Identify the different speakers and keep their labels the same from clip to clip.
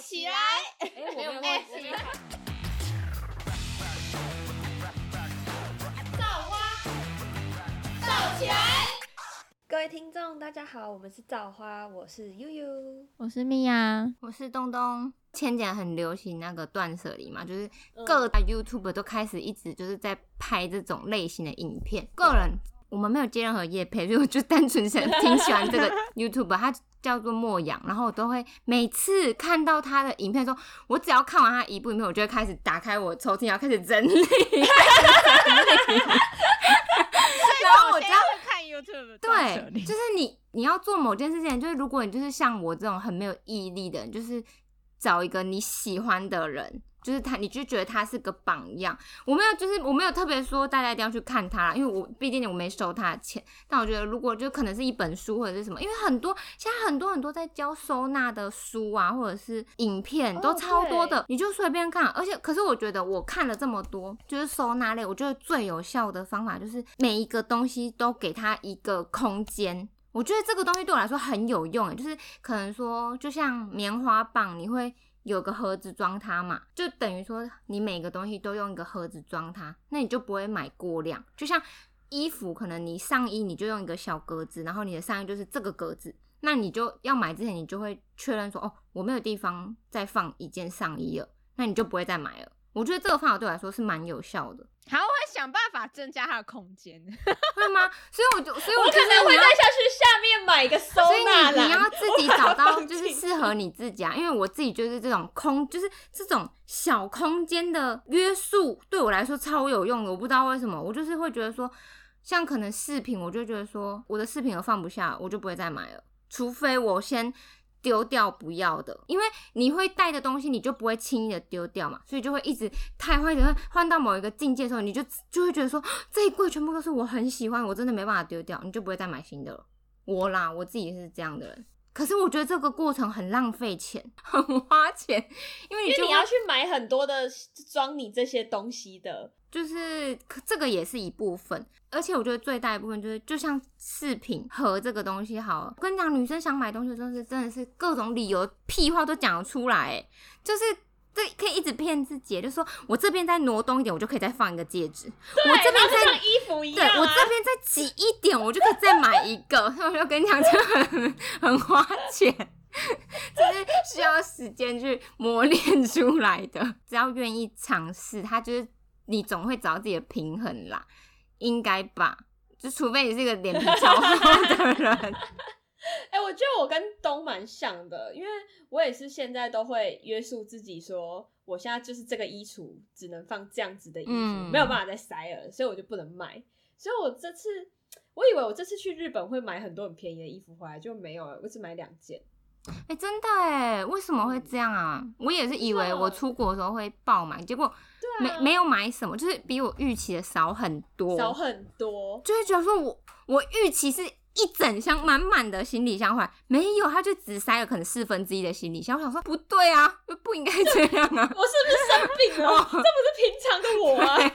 Speaker 1: 起来！
Speaker 2: 哎，我没有
Speaker 1: 哎
Speaker 2: 忘记。
Speaker 1: 造起来！
Speaker 3: 各位听众，大家好，我们是造花，我是悠悠。
Speaker 4: 我是米娅，
Speaker 5: 我是东东。前几年很流行那个断舍离嘛，就是各大 YouTube 都开始一直就是在拍这种类型的影片。个人我们没有接任何业配，所以我就单纯想挺喜欢这个 YouTube，它叫做莫阳。然后我都会每次看到他的影片的时候，我只要看完他一部影片，我就会开始打开我的抽屉，然后开始整理。然后我就要
Speaker 1: 看 YouTube，
Speaker 5: 对，就是你你要做某件事情，就是如果你就是像我这种很没有毅力的人，就是找一个你喜欢的人，就是他，你就觉得他是个榜样。我没有，就是我没有特别说大家一定要去看他啦，因为我毕竟我没收他的钱。但我觉得如果就可能是一本书或者是什么，因为很多现在很多很多在教收纳的书啊，或者是影片
Speaker 3: 哦
Speaker 5: 都超多的，你就随便看。而且，可是我觉得我看了这么多，就是收纳类，我觉得最有效的方法就是每一个东西都给它一个空间。我觉得这个东西对我来说很有用欸，就是可能说，就像棉花棒，你会有个盒子装它嘛，就等于说你每个东西都用一个盒子装它，那你就不会买过量。就像衣服，可能你上衣你就用一个小格子，然后你的上衣就是这个格子，那你就要买之前你就会确认说，哦，我没有地方再放一件上衣了，那你就不会再买了。我觉得这个方法对我来说是蛮有效的，
Speaker 1: 还会想办法增加它的空间。
Speaker 5: 会吗？所以我就，所以我
Speaker 2: 我
Speaker 5: 就
Speaker 2: 可
Speaker 5: 是
Speaker 2: 能
Speaker 5: 你
Speaker 2: 会
Speaker 5: 要
Speaker 2: 再下去下面买一个收
Speaker 5: 所以
Speaker 2: 纳
Speaker 5: 你你
Speaker 2: 篮。
Speaker 5: 要自己找到
Speaker 2: 放
Speaker 5: 就是
Speaker 2: 进
Speaker 5: 适合你自己啊，因为我自己就是这种空，就是这种小空间的约束对我来说超有用的。我不知道为什么，我就是会觉得说，像可能饰品，我就觉得说我的饰品我放不下，我就不会再买了，除非我先。丢掉不要的，因为你会带的东西，你就不会轻易的丢掉嘛，所以就会一直太换，一直换换到某一个境界的时候，你就就会觉得说这一柜全部都是我很喜欢，我真的没办法丢掉，你就不会再买新的了。我啦，我自己是这样的人。可是我觉得这个过程很浪费钱，很花钱，因为你
Speaker 2: 因
Speaker 5: 就
Speaker 2: 为你要去买很多的装你这些东西的，
Speaker 5: 就是可这个也是一部分，而且我觉得最大一部分就是，就像饰品和这个东西好了，我跟你讲，女生想买东西真的是真的是各种理由屁话都讲得出来，哎就是。这可以一直骗自己，就说我这边再挪动一点，我就可以再放一个戒指；我这边
Speaker 2: 然后就
Speaker 5: 再
Speaker 2: 像衣服一
Speaker 5: 对
Speaker 2: 样、啊。
Speaker 5: 我这边再挤一点，我就可以再买一个。 所以我就跟你讲，这很很花钱，就是需要时间去磨练出来的。只要愿意尝试，它就是你总会找到自己的平衡啦，应该吧？就除非你是一个脸皮超厚的人，
Speaker 2: 哎、我觉得我跟东蛮像的，因为我也是现在都会约束自己说。我现在就是这个衣橱只能放这样子的衣服，
Speaker 5: 嗯
Speaker 2: 没有办法再塞了，所以我就不能买。所以我这次，我以为我这次去日本会买很多很便宜的衣服回来，就没有了，我只买两件。
Speaker 5: 哎、真的哎，为什么会这样啊？我也是以为我出国的时候会爆买，结果
Speaker 2: 对
Speaker 5: 没
Speaker 2: 啊，
Speaker 5: 没有买什么，就是比我预期的少很多，
Speaker 2: 少很多。，
Speaker 5: 就会觉得说我我预期是一整箱满满的行李箱回来，没有，他就只塞了可能四分之一的行李箱。我想说不对啊，不应该这样啊
Speaker 2: 我是不是生 病了？这不是平常的我啊！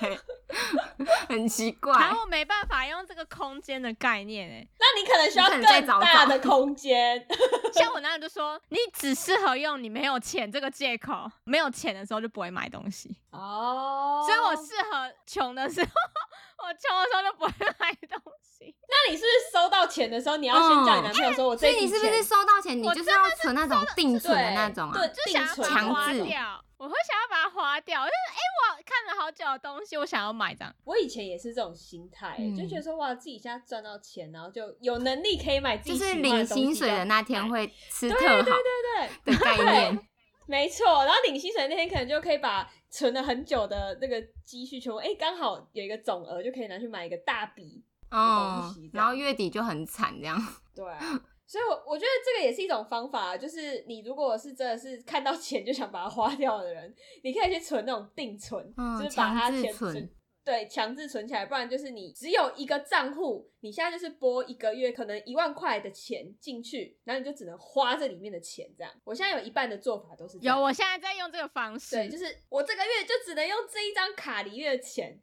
Speaker 5: 很奇
Speaker 1: 然
Speaker 5: 怪。
Speaker 1: 后没办法用这个空间的概念， 哎，
Speaker 2: 那你可能需要
Speaker 5: 你可能再
Speaker 2: 更
Speaker 5: 找
Speaker 2: 大
Speaker 5: 找
Speaker 2: 的空间。
Speaker 1: 像我那样就说，你只适合用你没有钱这个借口，没有钱的时候就不会买东西，
Speaker 2: 哦
Speaker 1: 所以我适合穷的时候， 我穷的时候就不会买东西。
Speaker 2: 那你是不是收到钱的时候，你要先叫你男朋友说，我
Speaker 5: 哦所
Speaker 2: 这
Speaker 5: 以
Speaker 2: 一
Speaker 5: 你
Speaker 2: 笔
Speaker 5: 是不
Speaker 2: 钱
Speaker 5: 是收到钱，你
Speaker 1: 我
Speaker 5: 就是要存那种定存的那种啊？
Speaker 2: 对，
Speaker 1: 就想要把它
Speaker 5: 强
Speaker 1: 花
Speaker 5: 制
Speaker 1: 掉，我会想要把它花掉，就是哎、我看了好久的东西，我想要买这样。
Speaker 2: 我以前也是这种心态、
Speaker 5: 嗯
Speaker 2: 就觉得说哇，自己现在赚到钱，然后就有能力可以买自
Speaker 5: 就
Speaker 2: 己喜
Speaker 5: 是
Speaker 2: 欢
Speaker 5: 领
Speaker 2: 的东西
Speaker 5: 薪水的那天
Speaker 2: 就买
Speaker 5: 会吃
Speaker 2: 对
Speaker 5: 特
Speaker 2: 对
Speaker 5: 好
Speaker 2: 对对，
Speaker 5: 的概念。
Speaker 2: 没错。然后领薪水那天可能就可以把存了很久的那个积蓄全部，哎、刚好有一个总额就可以拿去买一个大笔。
Speaker 5: 哦
Speaker 2: 东西，这样
Speaker 5: 然后月底就很惨这样。
Speaker 2: 对啊、所以我我觉得这个也是一种方法，就是你如果是真的是看到钱就想把它花掉的人，你可以去存那种定存，
Speaker 5: 嗯
Speaker 2: 就是把它
Speaker 5: 强制
Speaker 2: 钱
Speaker 5: 存
Speaker 2: 存。对，强制存起来，不然就是你只有一个账户，你现在就是拨一个月可能一万块的钱进去，然后你就只能花这里面的钱这样。我现在有一半的做法都是这样
Speaker 1: 有，我现在在用这个方式，
Speaker 2: 对，就是我这个月就只能用这一张卡里面的钱，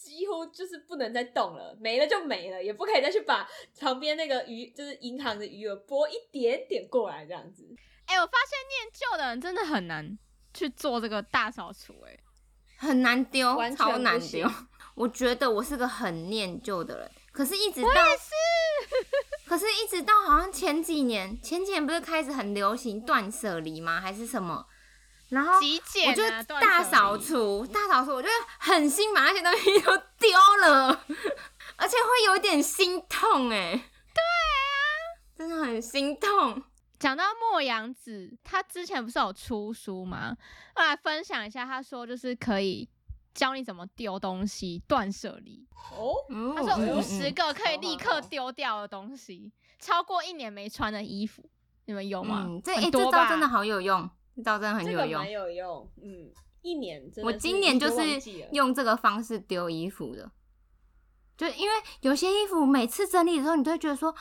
Speaker 2: 几乎就是不能再动了，没了就没了，也不可以再去把旁边那个余就是银行的余额拨一点点过来这样子。
Speaker 1: 哎、我发现念旧的人真的很难去做这个大扫除、哎，
Speaker 5: 很难丢
Speaker 3: 完，全
Speaker 5: 超难
Speaker 3: 不行
Speaker 5: 丢。我觉得我是个很念旧的人，可是一直到，可是一直到好像前几年，前几年不是开始很流行断舍离吗？还是什么？然后
Speaker 1: 极简、啊，
Speaker 5: 哦我就
Speaker 1: 断
Speaker 5: 大
Speaker 1: 舍
Speaker 5: 扫
Speaker 1: 离，
Speaker 5: 除，大扫除，我就狠心把那些东西都丢了，而且会有点心痛哎、对啊，真的很心痛。
Speaker 1: 讲到莫阳子，他之前不是有出书吗？我来分享一下，他说就是可以教你怎么丢东西，断舍离。
Speaker 2: 哦，
Speaker 5: 嗯
Speaker 1: 他说
Speaker 5: 嗯
Speaker 1: 五
Speaker 5: 嗯
Speaker 1: 十个可以立
Speaker 2: 好
Speaker 1: 刻
Speaker 2: 好好
Speaker 1: 丢掉的东西，超过一年没穿的衣服，你们有吗？
Speaker 5: 嗯，这哎、
Speaker 1: 很
Speaker 5: 这
Speaker 1: 多
Speaker 5: 招
Speaker 1: 吧？
Speaker 5: 真的好有用，这招真的很
Speaker 2: 这
Speaker 5: 有
Speaker 2: 个
Speaker 5: 用
Speaker 2: 蛮。有用，嗯，一年真的
Speaker 5: 我
Speaker 2: 是
Speaker 5: 今年
Speaker 2: 你就
Speaker 5: 就是
Speaker 2: 忘记了
Speaker 5: 用这个方式丢衣服的，就因为有些衣服每次整理的时候，你都会觉得说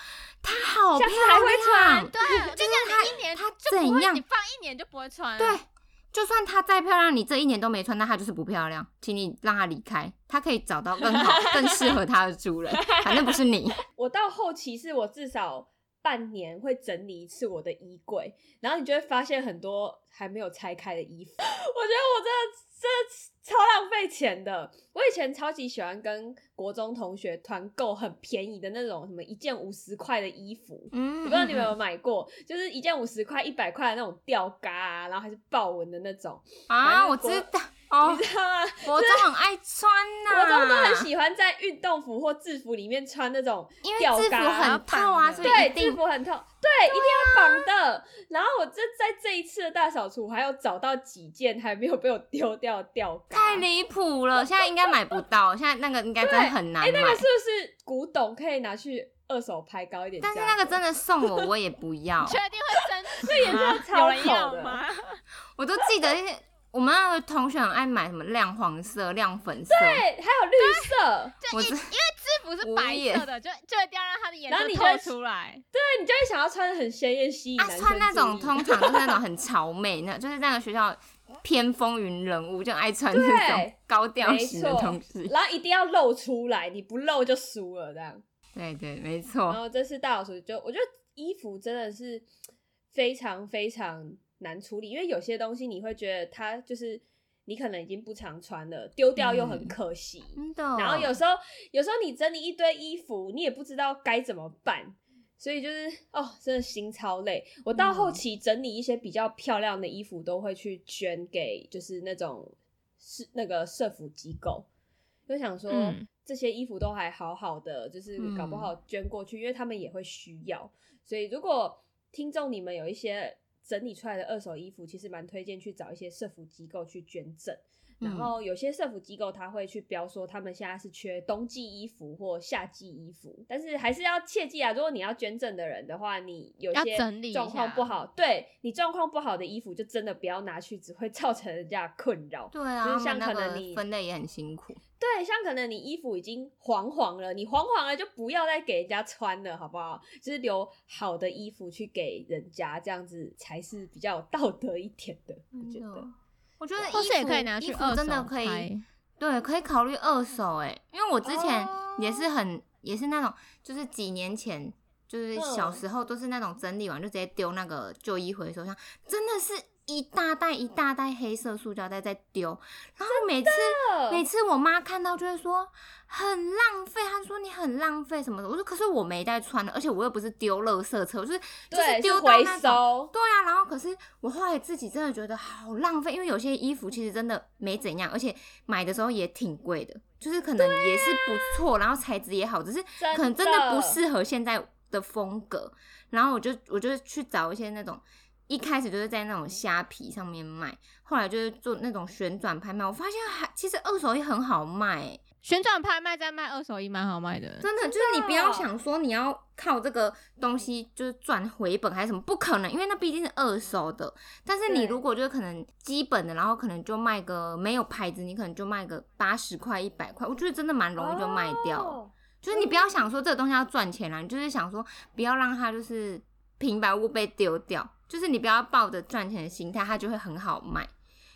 Speaker 5: 它好
Speaker 2: 下
Speaker 5: 漂
Speaker 2: 次还会
Speaker 5: 亮，
Speaker 1: 对，啊就像你一年
Speaker 5: 它
Speaker 1: 就不
Speaker 5: 怎
Speaker 1: 会，
Speaker 5: 样
Speaker 1: 你放一年就不会穿了。啊
Speaker 2: 嗯
Speaker 5: 对，就算它再漂亮，你这一年都没穿，那它就是不漂亮，请你让它离开，它可以找到更好、更适合它的主 人，反正不是你。
Speaker 2: 我到后期是我至少半年会整理一次我的衣柜，然后你就会发现很多还没有拆开的衣服。 我觉得我真的真的超浪费钱的。我以前超级喜欢跟国中同学团购很便宜的那种什么一件五十块的衣服。
Speaker 5: 嗯，
Speaker 2: 我不知道你们有没有买过，就是一件五十块、一百块的那种吊嘎啊，然后还是豹纹的那种，
Speaker 5: 啊？
Speaker 2: 反正
Speaker 5: 我
Speaker 2: 国
Speaker 5: 知道 哦
Speaker 2: 你，知道吗？
Speaker 5: 国中很爱穿呐、
Speaker 2: 国中都很喜欢在运动服或制服里面穿那种
Speaker 5: 因为
Speaker 2: 吊
Speaker 5: 制服
Speaker 2: 嘎啊
Speaker 5: 很透
Speaker 1: 绑
Speaker 5: 啊，
Speaker 1: 的。
Speaker 5: 所以
Speaker 2: 对，
Speaker 5: 一
Speaker 2: 制
Speaker 5: 定啊
Speaker 2: 服很透，对，一定要绑的。然后我这在这一次的大扫除，我还有找到几件还没有被我丢掉的吊嘎。
Speaker 5: 太离谱了，现在应该买不到，现在那个应该真的很难
Speaker 2: 哎、
Speaker 5: 买。
Speaker 2: 那个是不是古董可以拿去二手拍高一点价
Speaker 5: 但
Speaker 2: 格？
Speaker 5: 是那个真的送我，我也不 要
Speaker 1: 确定会增 值那
Speaker 2: 也是超
Speaker 1: 有人
Speaker 2: 丑
Speaker 1: 要
Speaker 2: 的
Speaker 1: 吗？
Speaker 5: 我都记得我们那个同学很爱买什么亮黄色、亮粉色，
Speaker 2: 对，还有绿色，
Speaker 1: 就
Speaker 5: 我
Speaker 1: 一
Speaker 5: 知
Speaker 1: 因为制服是
Speaker 5: 无
Speaker 1: 白
Speaker 5: 言
Speaker 1: 色的，就就一定要让他的颜
Speaker 2: 然后
Speaker 1: 色
Speaker 2: 你
Speaker 1: 透
Speaker 2: 就
Speaker 1: 出来。
Speaker 2: 对，你就会想要穿的很鲜艳，吸引
Speaker 5: 啊
Speaker 2: 男，生
Speaker 5: 穿那种
Speaker 2: 注意
Speaker 5: 通常就是那种 很潮妹，那就是那个学校偏风云人物，就爱穿
Speaker 2: 对
Speaker 5: 那种高调型的
Speaker 2: 没错
Speaker 5: 东西。
Speaker 2: 然后一定要露出来，你不露就输了这样。
Speaker 5: 对对，没
Speaker 2: 然
Speaker 5: 错。
Speaker 2: 后这次大扫除就，我觉得衣服真的是非常非常难处理，因为有些东西你会觉得它就是你可能已经不常穿了，丢掉又很
Speaker 5: 嗯哦
Speaker 2: 可惜。
Speaker 5: 真的。
Speaker 2: 然后有时候有时候你整理一堆衣服，你也不知道该怎么办。所以就是哦，真的心超累。我到
Speaker 5: 嗯
Speaker 2: 后期整理一些比较漂亮的衣服，都会去捐给就是那种是那个社服机构，就想说、
Speaker 1: 嗯
Speaker 2: 这些衣服都还好好的，就是
Speaker 5: 嗯
Speaker 2: 搞不好捐过去，因为他们也会需要。所以如果听众你们有一些整理出来的二手衣服，其实蛮推荐去找一些社服机构去捐赠。然
Speaker 5: 嗯
Speaker 2: 后有些社服机构他会去标说他们现在是缺冬季衣服或夏季衣服，但是还是要切记啊，如果你要捐赠的人的话，你有
Speaker 1: 要
Speaker 2: 些
Speaker 1: 整理一
Speaker 2: 状况
Speaker 1: 下
Speaker 2: 不好，对你状况不好的衣服就真的不要拿去，只会造成人家的困扰。
Speaker 5: 对啊，
Speaker 2: 就是
Speaker 5: 他
Speaker 2: 像
Speaker 5: 们
Speaker 2: 可
Speaker 5: 那个
Speaker 2: 能你
Speaker 5: 分类也很辛苦。
Speaker 2: 对，像可能你衣服已经黄黄了，你黄黄了就不要再给人家穿了，好不好？就是留好的衣服去给人家，这样子才是比较有道德一点的，我觉
Speaker 5: 真
Speaker 2: 得
Speaker 5: 的。哦我觉得衣
Speaker 1: 或是也
Speaker 5: 服
Speaker 1: 可以拿去
Speaker 5: 衣
Speaker 1: 二
Speaker 5: 服
Speaker 1: 手
Speaker 5: 真的可以
Speaker 1: 拍
Speaker 5: 对，可以考虑二手哎、因为我之前
Speaker 2: 哦
Speaker 5: 也是很、也是那种，就是几年前，就是小
Speaker 2: 嗯
Speaker 5: 时候都是那种整理完就直接丢那个旧衣回收箱，真的是一大袋一大袋黑色塑胶袋在丢，然后每次每次我妈看到就会说很浪费，她说你很浪费什么的，我说可是我没带穿的，而且我又不是丢垃圾车，我就是就
Speaker 2: 对，
Speaker 5: 是
Speaker 2: 是
Speaker 5: 丢到
Speaker 2: 回
Speaker 5: 那种。
Speaker 2: 收，
Speaker 5: 对啊，然后可是我后来自己真的觉得好浪费，因为有些衣服其实真的没怎样，而且买的时候也挺贵的，就是可能也是不错，然后材质也好，只是
Speaker 2: 真
Speaker 5: 可能真的不
Speaker 2: 的
Speaker 5: 适合现在的风格。然后我就我就去找一些那种。一开始就是在那种虾皮上面卖，后来就是做那种旋转拍卖，我发现还其实二手也很好卖、欸
Speaker 1: 旋转拍卖再卖二手衣，蛮好卖的。
Speaker 5: 真的就是你不要想说你要靠这个东西就是赚回本还是什么，不可能，因为那毕竟是二手的。但是
Speaker 2: 对
Speaker 5: 你如果就是可能基本的，然后可能就卖个没有牌子，你可能就卖个八十块、一百块，我觉得真的蛮容易就卖掉了。
Speaker 2: 哦
Speaker 5: 就是你不要想说这个东西要赚钱啊啦，你就是想说不要让它就是平白无故被丢掉，就是你不要抱着赚钱的心态，它就会很好卖。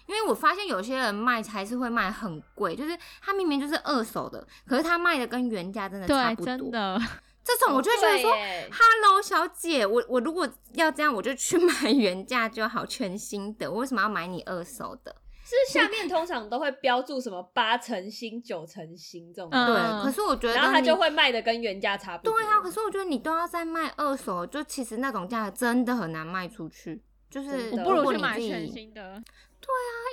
Speaker 5: 因为我发现有些人卖还是会卖很贵，就是他明明就是二手的，可是他卖的跟原价真的差不
Speaker 1: 对，
Speaker 5: 多。
Speaker 1: 真的，
Speaker 5: 这种我就会觉得说
Speaker 2: 哦对耶
Speaker 5: ，Hello 小姐，我我如果要这样，我就去买 原价就好，全新的，我为什么要买你二手的？
Speaker 2: 是下面通常都会标注什么八成新、九成新这种东
Speaker 5: 对，
Speaker 2: 西，
Speaker 1: 嗯
Speaker 5: 可是我觉得
Speaker 2: 然后它
Speaker 5: 你
Speaker 2: 就会卖的跟原价差不多。
Speaker 5: 对啊，可是我觉得你都要再卖二手，就其实那种价格真的很难卖出去。就是
Speaker 2: 真的
Speaker 1: 不
Speaker 5: 如
Speaker 1: 如
Speaker 5: 果
Speaker 1: 去
Speaker 5: 你
Speaker 1: 买
Speaker 5: 自己
Speaker 1: 全新的。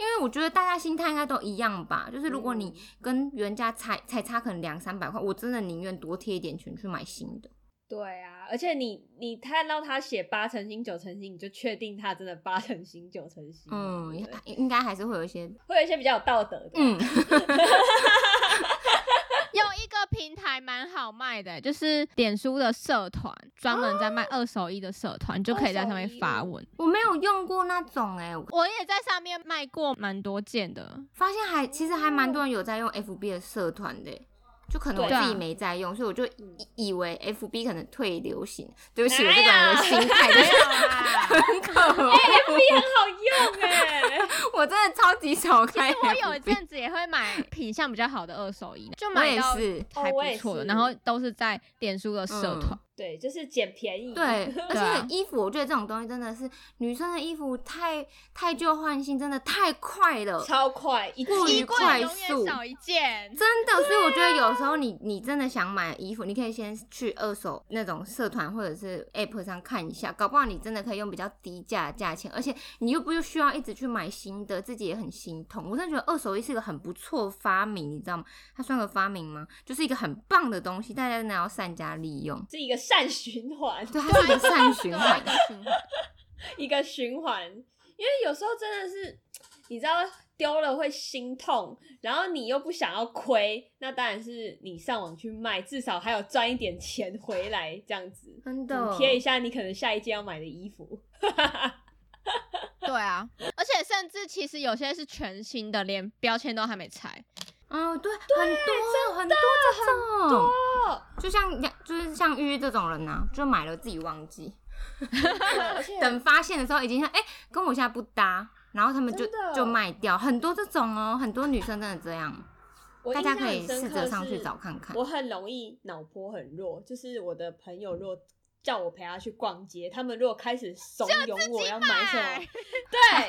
Speaker 5: 因为我觉得大家心态应该都一样吧，就是如果
Speaker 2: 嗯
Speaker 5: 你跟原价才才差可能两三百块，我真的宁愿多贴一点钱去买新的。
Speaker 2: 对啊，而且你你看到他写八成新、九成新，你就确定他真的八成新、九成新了。
Speaker 5: 嗯，
Speaker 2: 对
Speaker 5: 应
Speaker 2: 不对
Speaker 5: 应该还是会有一些，
Speaker 2: 会有一些比较有道德的。
Speaker 5: 嗯，
Speaker 1: 有一个平台蛮好卖的、就是脸书的社团，专门在卖二手衣的社团，你就可以在上面发文。
Speaker 5: 我没有用过那种哎、我
Speaker 1: 我也在上面卖过蛮多件的，
Speaker 5: 发现还其实还蛮多人有在用 FB 的社团的欸、就可能我
Speaker 1: 对啊
Speaker 5: 自己没在用，所以我就
Speaker 2: 嗯哎
Speaker 5: 以以为 FB 可能退流行。对不起，我
Speaker 2: 哪
Speaker 5: 这个人的
Speaker 2: 有
Speaker 5: 心态就是 很可恶，
Speaker 2: 哎很好用哎、
Speaker 5: 我真的超级少
Speaker 1: 其
Speaker 5: 开
Speaker 1: 实
Speaker 5: FB。
Speaker 1: 我有一阵子也会买品相比较好的二手衣，就
Speaker 5: 我
Speaker 1: 买
Speaker 5: 也
Speaker 1: 到
Speaker 5: 是，
Speaker 1: 还
Speaker 2: 哦我也
Speaker 1: 不错的，
Speaker 2: 是
Speaker 1: 然后都是在脸书的社团。
Speaker 2: 对，就是捡便宜。
Speaker 5: 对，而
Speaker 1: 对啊
Speaker 5: 且衣服，我觉得这种东西真的是女生的衣服太太旧换新，真的太快了，
Speaker 2: 超快，一
Speaker 5: 呃过于
Speaker 1: 衣
Speaker 2: 季
Speaker 1: 柜
Speaker 5: 快
Speaker 1: 永
Speaker 5: 速
Speaker 1: 远少一件，
Speaker 5: 真的。所以我觉得有时
Speaker 1: 啊
Speaker 5: 候你你真的想买衣服，你可以先去二手那种社团或者是 App 上看一下，搞不好你真的可以用比较低价的价钱，而且你又不需要一直去买新的，自己也很心痛。我真的觉得二手衣是个很不错的发明，你知道吗？它算个发明吗？就是一个很棒的东西，大家真的要善加利用。
Speaker 2: 是一个善循环，
Speaker 5: 对，它是一个善循
Speaker 1: 对，啊
Speaker 5: 环
Speaker 1: 一。个循环。
Speaker 2: 一个循环。因为有时候真的是，你知道丢了会心痛，然后你又不想要亏，那当然是你上网去卖，至少还有赚一点钱回来，这样子
Speaker 5: 真的
Speaker 2: 补贴一下你可能下一件要买的衣 服。
Speaker 1: 对啊，而且甚至其实有些是全新的，连标签都还没拆。
Speaker 5: 哦，对，很多很多这种，
Speaker 2: 哦，
Speaker 5: 就像就是像玉玉这种人呐、就买了自己忘记，
Speaker 2: 而且
Speaker 5: 等发现的时候已经像哎、跟我现在不搭，然后他们就
Speaker 2: 真的
Speaker 5: 就卖掉，很多这种哦，很多女生真的这样，
Speaker 2: 我
Speaker 5: 大
Speaker 2: 印
Speaker 5: 家
Speaker 2: 象
Speaker 5: 可以
Speaker 2: 很
Speaker 5: 试
Speaker 2: 深
Speaker 5: 着
Speaker 2: 刻
Speaker 5: 上去
Speaker 2: 是
Speaker 5: 找看看
Speaker 2: 我。很容易脑波很弱，就是我的朋友若叫我陪他去逛街，他们如果开始怂恿我要买什么
Speaker 1: 买，
Speaker 2: 对，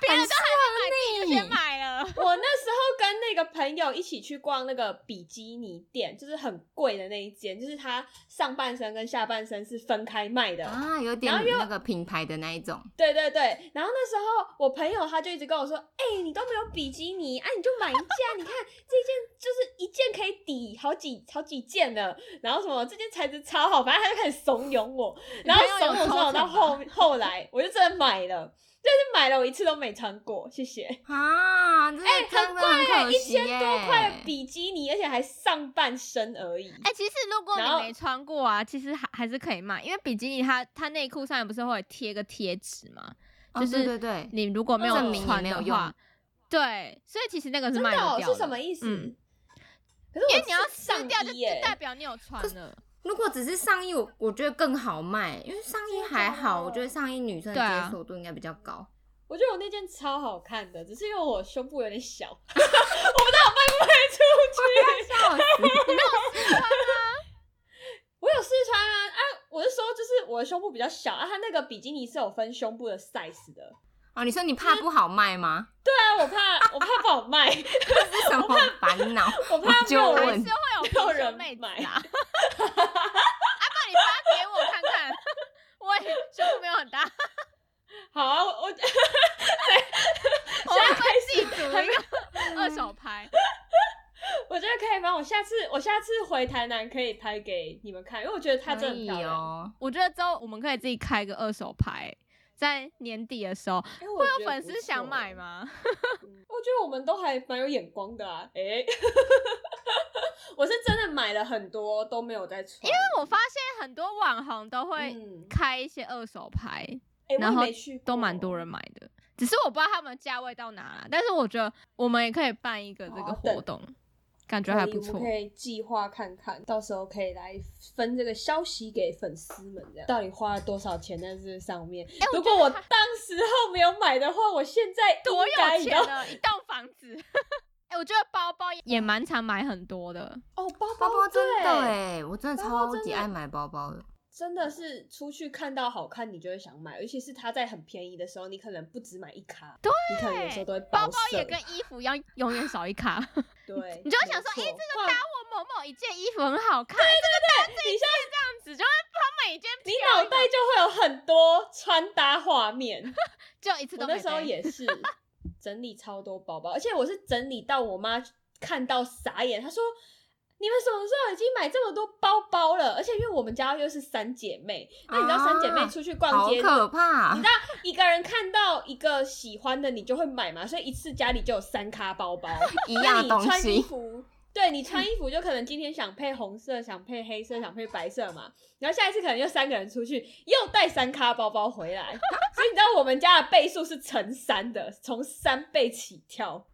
Speaker 1: 别人都还没买，自己就先买了。
Speaker 2: 我那时候跟那个朋友一起去逛那个比基尼店，就是很贵的那一间，就是它上半身跟下半身是分开卖的。
Speaker 5: 啊，有点
Speaker 2: 然后又
Speaker 5: 那个品牌的那一种，
Speaker 2: 对对对，然后那时候我朋友他就一直跟我说：“哎、你都没有比基尼，啊，你就买一件啊，你看这件就是一件可以抵好几好几件了，然后什么这件材质超好，反正他就开始怂恿我，然后怂恿怂恿到后后来我就真的买了，但是买了我一次都没穿过，谢谢。”
Speaker 1: 哎
Speaker 5: 啊，真的真的很可
Speaker 2: 哎一
Speaker 5: 惜耶、
Speaker 2: 千多块的比基尼，而且还上半身而已。
Speaker 1: 哎、其实如果你
Speaker 2: 然后
Speaker 1: 没穿过啊，其实还还是可以买，因为比基尼它它内裤上面不是会有贴个贴纸吗？
Speaker 5: 哦
Speaker 1: 就是
Speaker 5: 对对对
Speaker 1: 你如果没有
Speaker 2: 证明你
Speaker 1: 穿
Speaker 5: 没有
Speaker 1: 的
Speaker 5: 用
Speaker 1: 话，对，所以其实那个是
Speaker 2: 真
Speaker 1: 卖
Speaker 2: 的、
Speaker 1: 不
Speaker 2: 哦、
Speaker 1: 掉的。
Speaker 2: 是什么意思？
Speaker 1: 嗯
Speaker 2: 可是我
Speaker 1: 因为你要
Speaker 2: 是
Speaker 1: 撕
Speaker 2: 上
Speaker 1: 掉就
Speaker 2: 衣耶
Speaker 1: 就代表你有穿了。
Speaker 5: 如果只是上衣，我我觉得更好卖，因为上衣还好，我觉得上衣女生的
Speaker 1: 对啊
Speaker 5: 接受度应该比较高。
Speaker 2: 我觉得我那件超好看的，只是因为我胸部有点小， 我不知道卖不卖出去。
Speaker 5: 笑死！
Speaker 2: 我有试穿啊，啊，我是说就是我的胸部比较小啊，它那个比基尼是有分胸部的 size 的。
Speaker 5: 哦，你 说你怕不好卖吗？
Speaker 2: 对啊，我怕我怕不好卖，
Speaker 5: 这是什么烦 恼？
Speaker 2: 我怕没
Speaker 5: 就
Speaker 2: 有
Speaker 1: 还
Speaker 5: 问
Speaker 2: 人
Speaker 1: 是会有
Speaker 2: 有
Speaker 1: 平胸
Speaker 2: 人
Speaker 1: 妹子
Speaker 2: 买
Speaker 1: 啊！啊，不，你发给我看看，我也胸部没有很 大，
Speaker 2: 好啊，我我现
Speaker 1: 我
Speaker 2: 在
Speaker 1: 会
Speaker 2: 开
Speaker 1: 自己
Speaker 2: 始
Speaker 1: 组
Speaker 2: 很
Speaker 1: 一个二手拍。
Speaker 2: 我觉得可以帮我下次我下次回台南可以拍给你们看，因为我觉得它真的
Speaker 5: 可
Speaker 2: 很
Speaker 5: 以
Speaker 2: 漂亮。
Speaker 5: 哦。
Speaker 1: 我觉得之后我们可以自己开个二手拍，在年底的时候，
Speaker 2: 哎我
Speaker 1: 会
Speaker 2: 觉
Speaker 1: 有
Speaker 2: 得
Speaker 1: 粉
Speaker 2: 不
Speaker 1: 丝想
Speaker 2: 错欸
Speaker 1: 买？吗？
Speaker 2: 我觉得我们都还蛮有眼光的啊！哎、 我是真的买了很多都没有在穿，因为
Speaker 1: 但我发现很多网红都会
Speaker 2: 嗯，
Speaker 1: 开一些二手拍，
Speaker 2: 哎、我
Speaker 1: 然
Speaker 2: 也
Speaker 1: 后
Speaker 2: 没去
Speaker 1: 都蛮多
Speaker 2: 人
Speaker 1: 人买的。只是我不知道他们价位到哪啦，但是我觉得我们也可以办一个这
Speaker 2: 好
Speaker 1: 个
Speaker 2: 等
Speaker 1: 活动。感觉
Speaker 2: 哦可
Speaker 1: 还
Speaker 2: 以
Speaker 1: 不
Speaker 2: 我
Speaker 1: 错
Speaker 2: 们。可以计划看看，到时候可以来分这个消息给粉丝们，这样到底花了多少钱在这上面？
Speaker 1: 哎我
Speaker 2: 如
Speaker 1: 觉
Speaker 2: 果
Speaker 1: 得
Speaker 2: 我当时候没有买的话，我现在
Speaker 1: 多
Speaker 2: 应该
Speaker 1: 有
Speaker 2: 你知
Speaker 1: 钱啊
Speaker 2: 道
Speaker 1: 了，一栋房子。 哎、我觉得包包也蛮常买很多的，
Speaker 2: 哦，包
Speaker 5: 包包真的
Speaker 1: 欸
Speaker 2: 对
Speaker 5: 哎、我真的
Speaker 2: 包包
Speaker 5: 超
Speaker 2: 真
Speaker 5: 级
Speaker 2: 的
Speaker 5: 爱买包包的。
Speaker 2: 真的是出去看到好看，你就会想买，尤其是它在很便宜的时候，你可能不只买一卡，对，你可能有时候都会
Speaker 1: 包
Speaker 2: 包
Speaker 1: 包也跟衣服一样，永远少一卡。 我
Speaker 2: 对，
Speaker 1: 你就会想说
Speaker 2: 哎、
Speaker 1: 诶
Speaker 2: 这个搭
Speaker 1: 某某一件衣服很好看，哎这个搭这一
Speaker 2: 你
Speaker 1: 件这样子，就会把每一件
Speaker 2: 你
Speaker 1: 挑
Speaker 2: 脑袋就会有很多穿搭画面。
Speaker 1: 就一次
Speaker 2: 我
Speaker 1: 都
Speaker 2: 那
Speaker 1: 没
Speaker 2: 时候
Speaker 1: 背。
Speaker 2: 也 是整理超多包包，而且我是整理到我妈看到傻眼，她说：“你们什么时候已经买这么多包包了？”而且因为我们家又是三姐妹，那你知道三姐妹
Speaker 5: 啊
Speaker 2: 出去
Speaker 5: 好
Speaker 2: 逛街，
Speaker 5: 可怕
Speaker 2: 你！知道一个人看到一个喜欢的，你就会买嘛，所以一次家里就有三咖包 包。
Speaker 5: 一
Speaker 2: 那
Speaker 5: 样
Speaker 2: 你
Speaker 5: 东
Speaker 2: 穿衣
Speaker 5: 西，
Speaker 2: 服，对你穿衣服就可能今天想配红色，想配黑色，想配白色嘛。然后下一次可能又三个人出去，又带三咖包包回来， 所以你知道我们家的倍数是乘三的，从三倍起跳。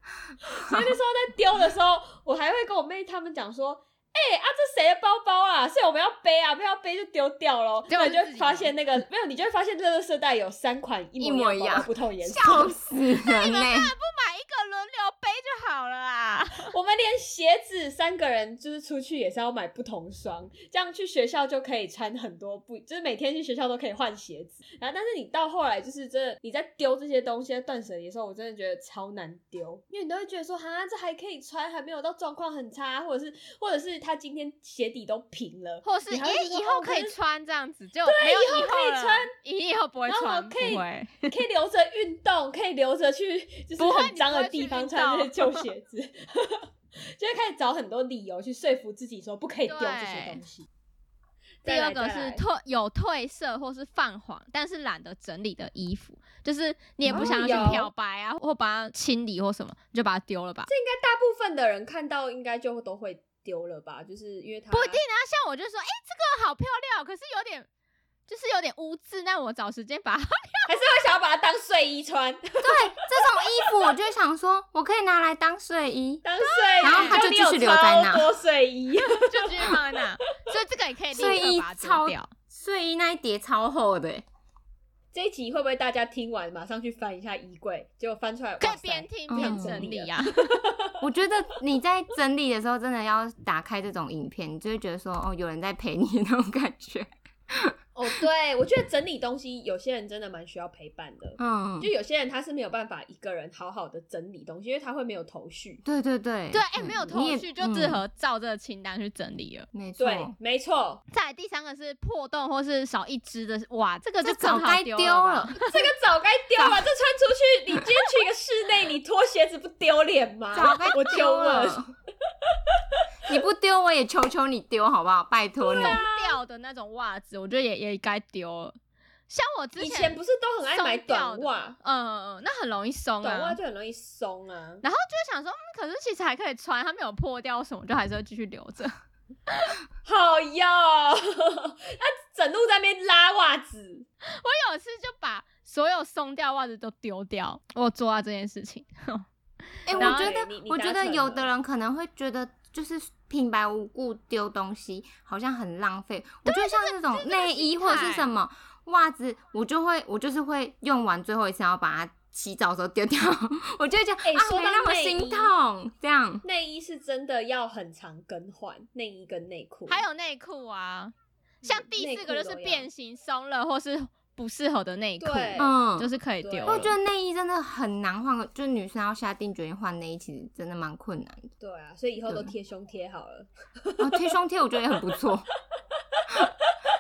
Speaker 2: 所以那时候在丢的时候，我还会跟我妹她们讲说。哎、啊，这谁的包包啊？所以我们要背啊，不要背就丢掉喽。
Speaker 1: 结果
Speaker 2: 然后
Speaker 1: 是
Speaker 2: 你就
Speaker 1: 自
Speaker 2: 会
Speaker 1: 己
Speaker 2: 发
Speaker 1: 的
Speaker 2: 现那个没有，你就会发现这个色带有三款一
Speaker 5: 一
Speaker 2: 模
Speaker 5: 模
Speaker 2: 一
Speaker 5: 一
Speaker 2: 样的包包，
Speaker 5: 样
Speaker 2: 不同颜色。
Speaker 5: 笑死人欸
Speaker 1: 买一
Speaker 5: 嘞、
Speaker 1: 个轮流背就好了啦。
Speaker 2: 我们连鞋子三个人就是出去也是要买不同双，这样去学校就可以穿很多不，就是每天去学校都可以换鞋子。然后，但是你到后来就是真的你在丢这些东西在断舍离的时候，我真的觉得超难丢，因为你都会觉得说，哈，这还可以穿，还没有到状况很差，或者是或者是他今天鞋底都平了，
Speaker 1: 或是
Speaker 2: 你还会
Speaker 1: 也
Speaker 2: 说
Speaker 1: 以
Speaker 2: 哦
Speaker 1: 后可
Speaker 2: 这
Speaker 1: 以
Speaker 2: 是
Speaker 1: 穿这样子，就没有
Speaker 2: 以后
Speaker 1: 以后
Speaker 2: 可以
Speaker 1: 了
Speaker 2: 穿，
Speaker 1: 以后不会
Speaker 2: 然后
Speaker 1: 穿，
Speaker 2: 可以
Speaker 1: 不会。
Speaker 2: 可以留着运动，可以留着去就是
Speaker 1: 不会
Speaker 2: 很脏的地方
Speaker 1: 你不会去
Speaker 2: 穿那些
Speaker 1: 运
Speaker 2: 旧
Speaker 1: 动
Speaker 2: 鞋子， 就会开始找很多理由去说服自己说不可以丢这些东西。
Speaker 1: 第
Speaker 2: 再来
Speaker 1: 二个
Speaker 2: 再
Speaker 1: 是
Speaker 2: 来
Speaker 1: 褪有褪色或是泛黄，但是懒得整理的衣服，就是你也不想要
Speaker 2: 哦有
Speaker 1: 去漂白啊，或把它清理或什么，你就把它丢了吧。
Speaker 2: 应该大部分的人看到应该就都会丢了吧，就是因为他
Speaker 1: 不一定啊，像我就说，哎、这个好漂亮，可是有点就是有点污渍，那我找时间把它。
Speaker 2: 还是会想要把它当睡衣穿，
Speaker 5: 对，这种衣服我就会想说，我可以拿来当睡衣，
Speaker 2: 当睡衣，
Speaker 5: 然后它
Speaker 2: 就
Speaker 5: 就继续留在那
Speaker 2: 你有超多睡衣，
Speaker 1: 就继续放在那，所以这个也可以
Speaker 5: 睡
Speaker 1: 立
Speaker 5: 衣
Speaker 1: 刻把它丢
Speaker 5: 超
Speaker 1: 掉。
Speaker 5: 睡衣那一叠超厚的、欸，
Speaker 2: 这一集会不会大家听完马上去翻一下衣柜，结果翻出来
Speaker 1: 可
Speaker 2: 哇
Speaker 1: 以
Speaker 2: 塞
Speaker 1: 边听
Speaker 5: 嗯
Speaker 1: 边整理啊，
Speaker 5: 我觉得你在整理的时候，真的要打开这种影片，你就会觉得说，哦，有人在陪你那种感觉。
Speaker 2: 哦，对，我觉得整理东西有些人真的蛮需要陪伴的，
Speaker 5: 嗯
Speaker 2: 就，有些人他是没有办法一个人好好的整理东西，因为他会没有头绪。
Speaker 5: 对对对，
Speaker 1: 对，哎、没有头
Speaker 5: 嗯你也
Speaker 1: 绪就适、合照这个清单去整理了。
Speaker 5: 嗯没错，
Speaker 2: 对，没错，
Speaker 1: 再来第三个是破洞或是少一只的，哇，这个就
Speaker 5: 这
Speaker 1: 更
Speaker 5: 早
Speaker 1: 好
Speaker 5: 该
Speaker 1: 丢
Speaker 5: 丢
Speaker 1: 了
Speaker 5: 了
Speaker 1: 吧。，
Speaker 2: 这个早该丢了。这穿出去，你今天去一个室内，你脱鞋子不丢脸吗？
Speaker 5: 早该
Speaker 2: 我
Speaker 5: 丢
Speaker 2: 丢了。
Speaker 5: 了。 你不丢，我也求求你丢好不好？拜托
Speaker 1: 啊
Speaker 5: 你。
Speaker 1: 掉的那种袜子，我觉得也也该丢了。像我之
Speaker 2: 以前不是都很爱买短袜，
Speaker 1: 嗯嗯嗯，那很容易松
Speaker 2: 短袜
Speaker 1: 啊。
Speaker 2: 就很容易松啊。
Speaker 1: 然后就想说，嗯，可是其实还可以穿，它没有破掉什么，就还是会继续留 着。
Speaker 2: 好哟， 他整路在那边拉袜子，
Speaker 1: 我有一次就把所有松掉袜子都丢掉，我有做到这件事情。
Speaker 5: 哎、我
Speaker 1: 然后
Speaker 5: 觉
Speaker 2: 你
Speaker 5: 得
Speaker 2: 你，
Speaker 5: 我
Speaker 2: 达
Speaker 5: 觉得
Speaker 2: 成
Speaker 5: 有
Speaker 2: 了
Speaker 5: 的人可能会觉得，就是平白无故丢东西，好像很浪费。我觉得像这种
Speaker 1: 这个
Speaker 5: 内
Speaker 1: 心
Speaker 5: 衣或者是
Speaker 1: 态
Speaker 5: 什么袜子，我就会，我就是会用完最后一次，然后把它洗澡的时候丢掉。 我就会觉得、
Speaker 2: 哎
Speaker 5: 啊，
Speaker 2: 说
Speaker 5: 没
Speaker 2: 到
Speaker 5: 那么
Speaker 2: 内
Speaker 5: 心
Speaker 2: 衣
Speaker 5: 痛，这样。
Speaker 2: 内衣是真的要很常更换，内衣跟内裤。
Speaker 1: 还有内裤啊，像第四个
Speaker 2: 内
Speaker 1: 就
Speaker 2: 裤
Speaker 1: 是
Speaker 2: 都要
Speaker 1: 变形松了或是不适合的内裤，
Speaker 2: 对
Speaker 5: 嗯，
Speaker 1: 就是可以丢
Speaker 2: 对
Speaker 1: 了。
Speaker 5: 我觉得内衣真的很难换，就是女生要下定决心换内衣，其实真的蛮困难的。
Speaker 2: 对啊，所以以后都
Speaker 5: 对
Speaker 2: 贴胸贴好了。
Speaker 5: 哦，贴胸贴我觉得也很不 错，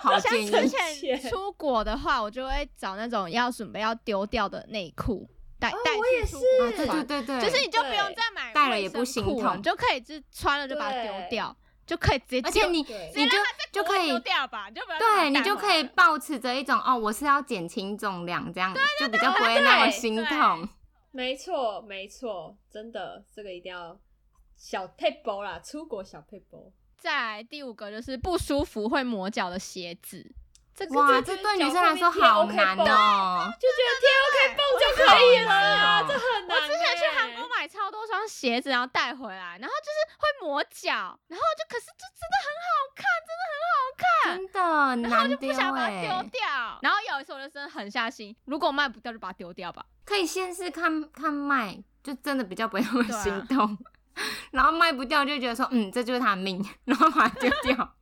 Speaker 5: 好
Speaker 1: 像
Speaker 5: 建
Speaker 1: 之
Speaker 5: 议。
Speaker 2: 切
Speaker 1: 前出国的话，我就会找那种要准备要丢掉的内裤带
Speaker 2: 哦
Speaker 1: 带
Speaker 2: 我也
Speaker 1: 去出
Speaker 2: 是
Speaker 5: 啊，
Speaker 1: 国
Speaker 5: 对
Speaker 1: 穿，
Speaker 5: 对对对，
Speaker 1: 就是你就不用
Speaker 2: 对
Speaker 1: 再买
Speaker 5: 带了
Speaker 1: 卫
Speaker 5: 也不
Speaker 1: 生
Speaker 5: 心
Speaker 1: 裤了
Speaker 5: 痛
Speaker 1: 你就可以是穿了就把它丢
Speaker 2: 对
Speaker 1: 掉，就可以直 接丢。
Speaker 5: 而且你
Speaker 2: 对
Speaker 5: 你就就可以
Speaker 1: 丢掉吧，你就不要再把它
Speaker 5: 对你
Speaker 1: 带
Speaker 5: 就
Speaker 1: 回
Speaker 5: 可
Speaker 1: 来
Speaker 5: 以
Speaker 1: 了
Speaker 5: 保持着一种哦，我是要减轻重量，这样就比较不会
Speaker 2: 对
Speaker 5: 那么
Speaker 2: 对
Speaker 5: 心
Speaker 1: 对
Speaker 5: 痛。
Speaker 2: 没错，没错，真的，这个一定要小配包啦，出国小配包。
Speaker 1: 再来第五个就是不舒服会磨脚的鞋子，这个
Speaker 5: 哇，
Speaker 1: 就
Speaker 5: 这
Speaker 1: 觉得
Speaker 5: 对
Speaker 1: 脚
Speaker 5: 女生
Speaker 1: 后
Speaker 5: 来
Speaker 1: 面
Speaker 5: 说
Speaker 1: 贴 OK
Speaker 5: 好难
Speaker 1: 绷
Speaker 5: 哦。
Speaker 2: 就觉得贴 OK 绷就可以了啊，
Speaker 5: 好
Speaker 2: 这
Speaker 5: 难哦
Speaker 2: 很难
Speaker 1: 我
Speaker 2: 欸、
Speaker 1: 之前去韩国买超多双鞋子，然后带回来，然后就是会磨脚，然后就可是就真的很好看，真的很好看，
Speaker 5: 真的难
Speaker 1: 不
Speaker 5: 丢
Speaker 1: 想把它
Speaker 5: 哎、
Speaker 1: 丢掉。然后有一次我就真的狠下心，如果卖不掉就把它丢掉吧。
Speaker 5: 可以先试看看卖，就真的比较不会那么
Speaker 1: 对啊
Speaker 5: 心动。 然后卖不掉就觉得说，嗯，这就是他的命， 然后把它丢掉。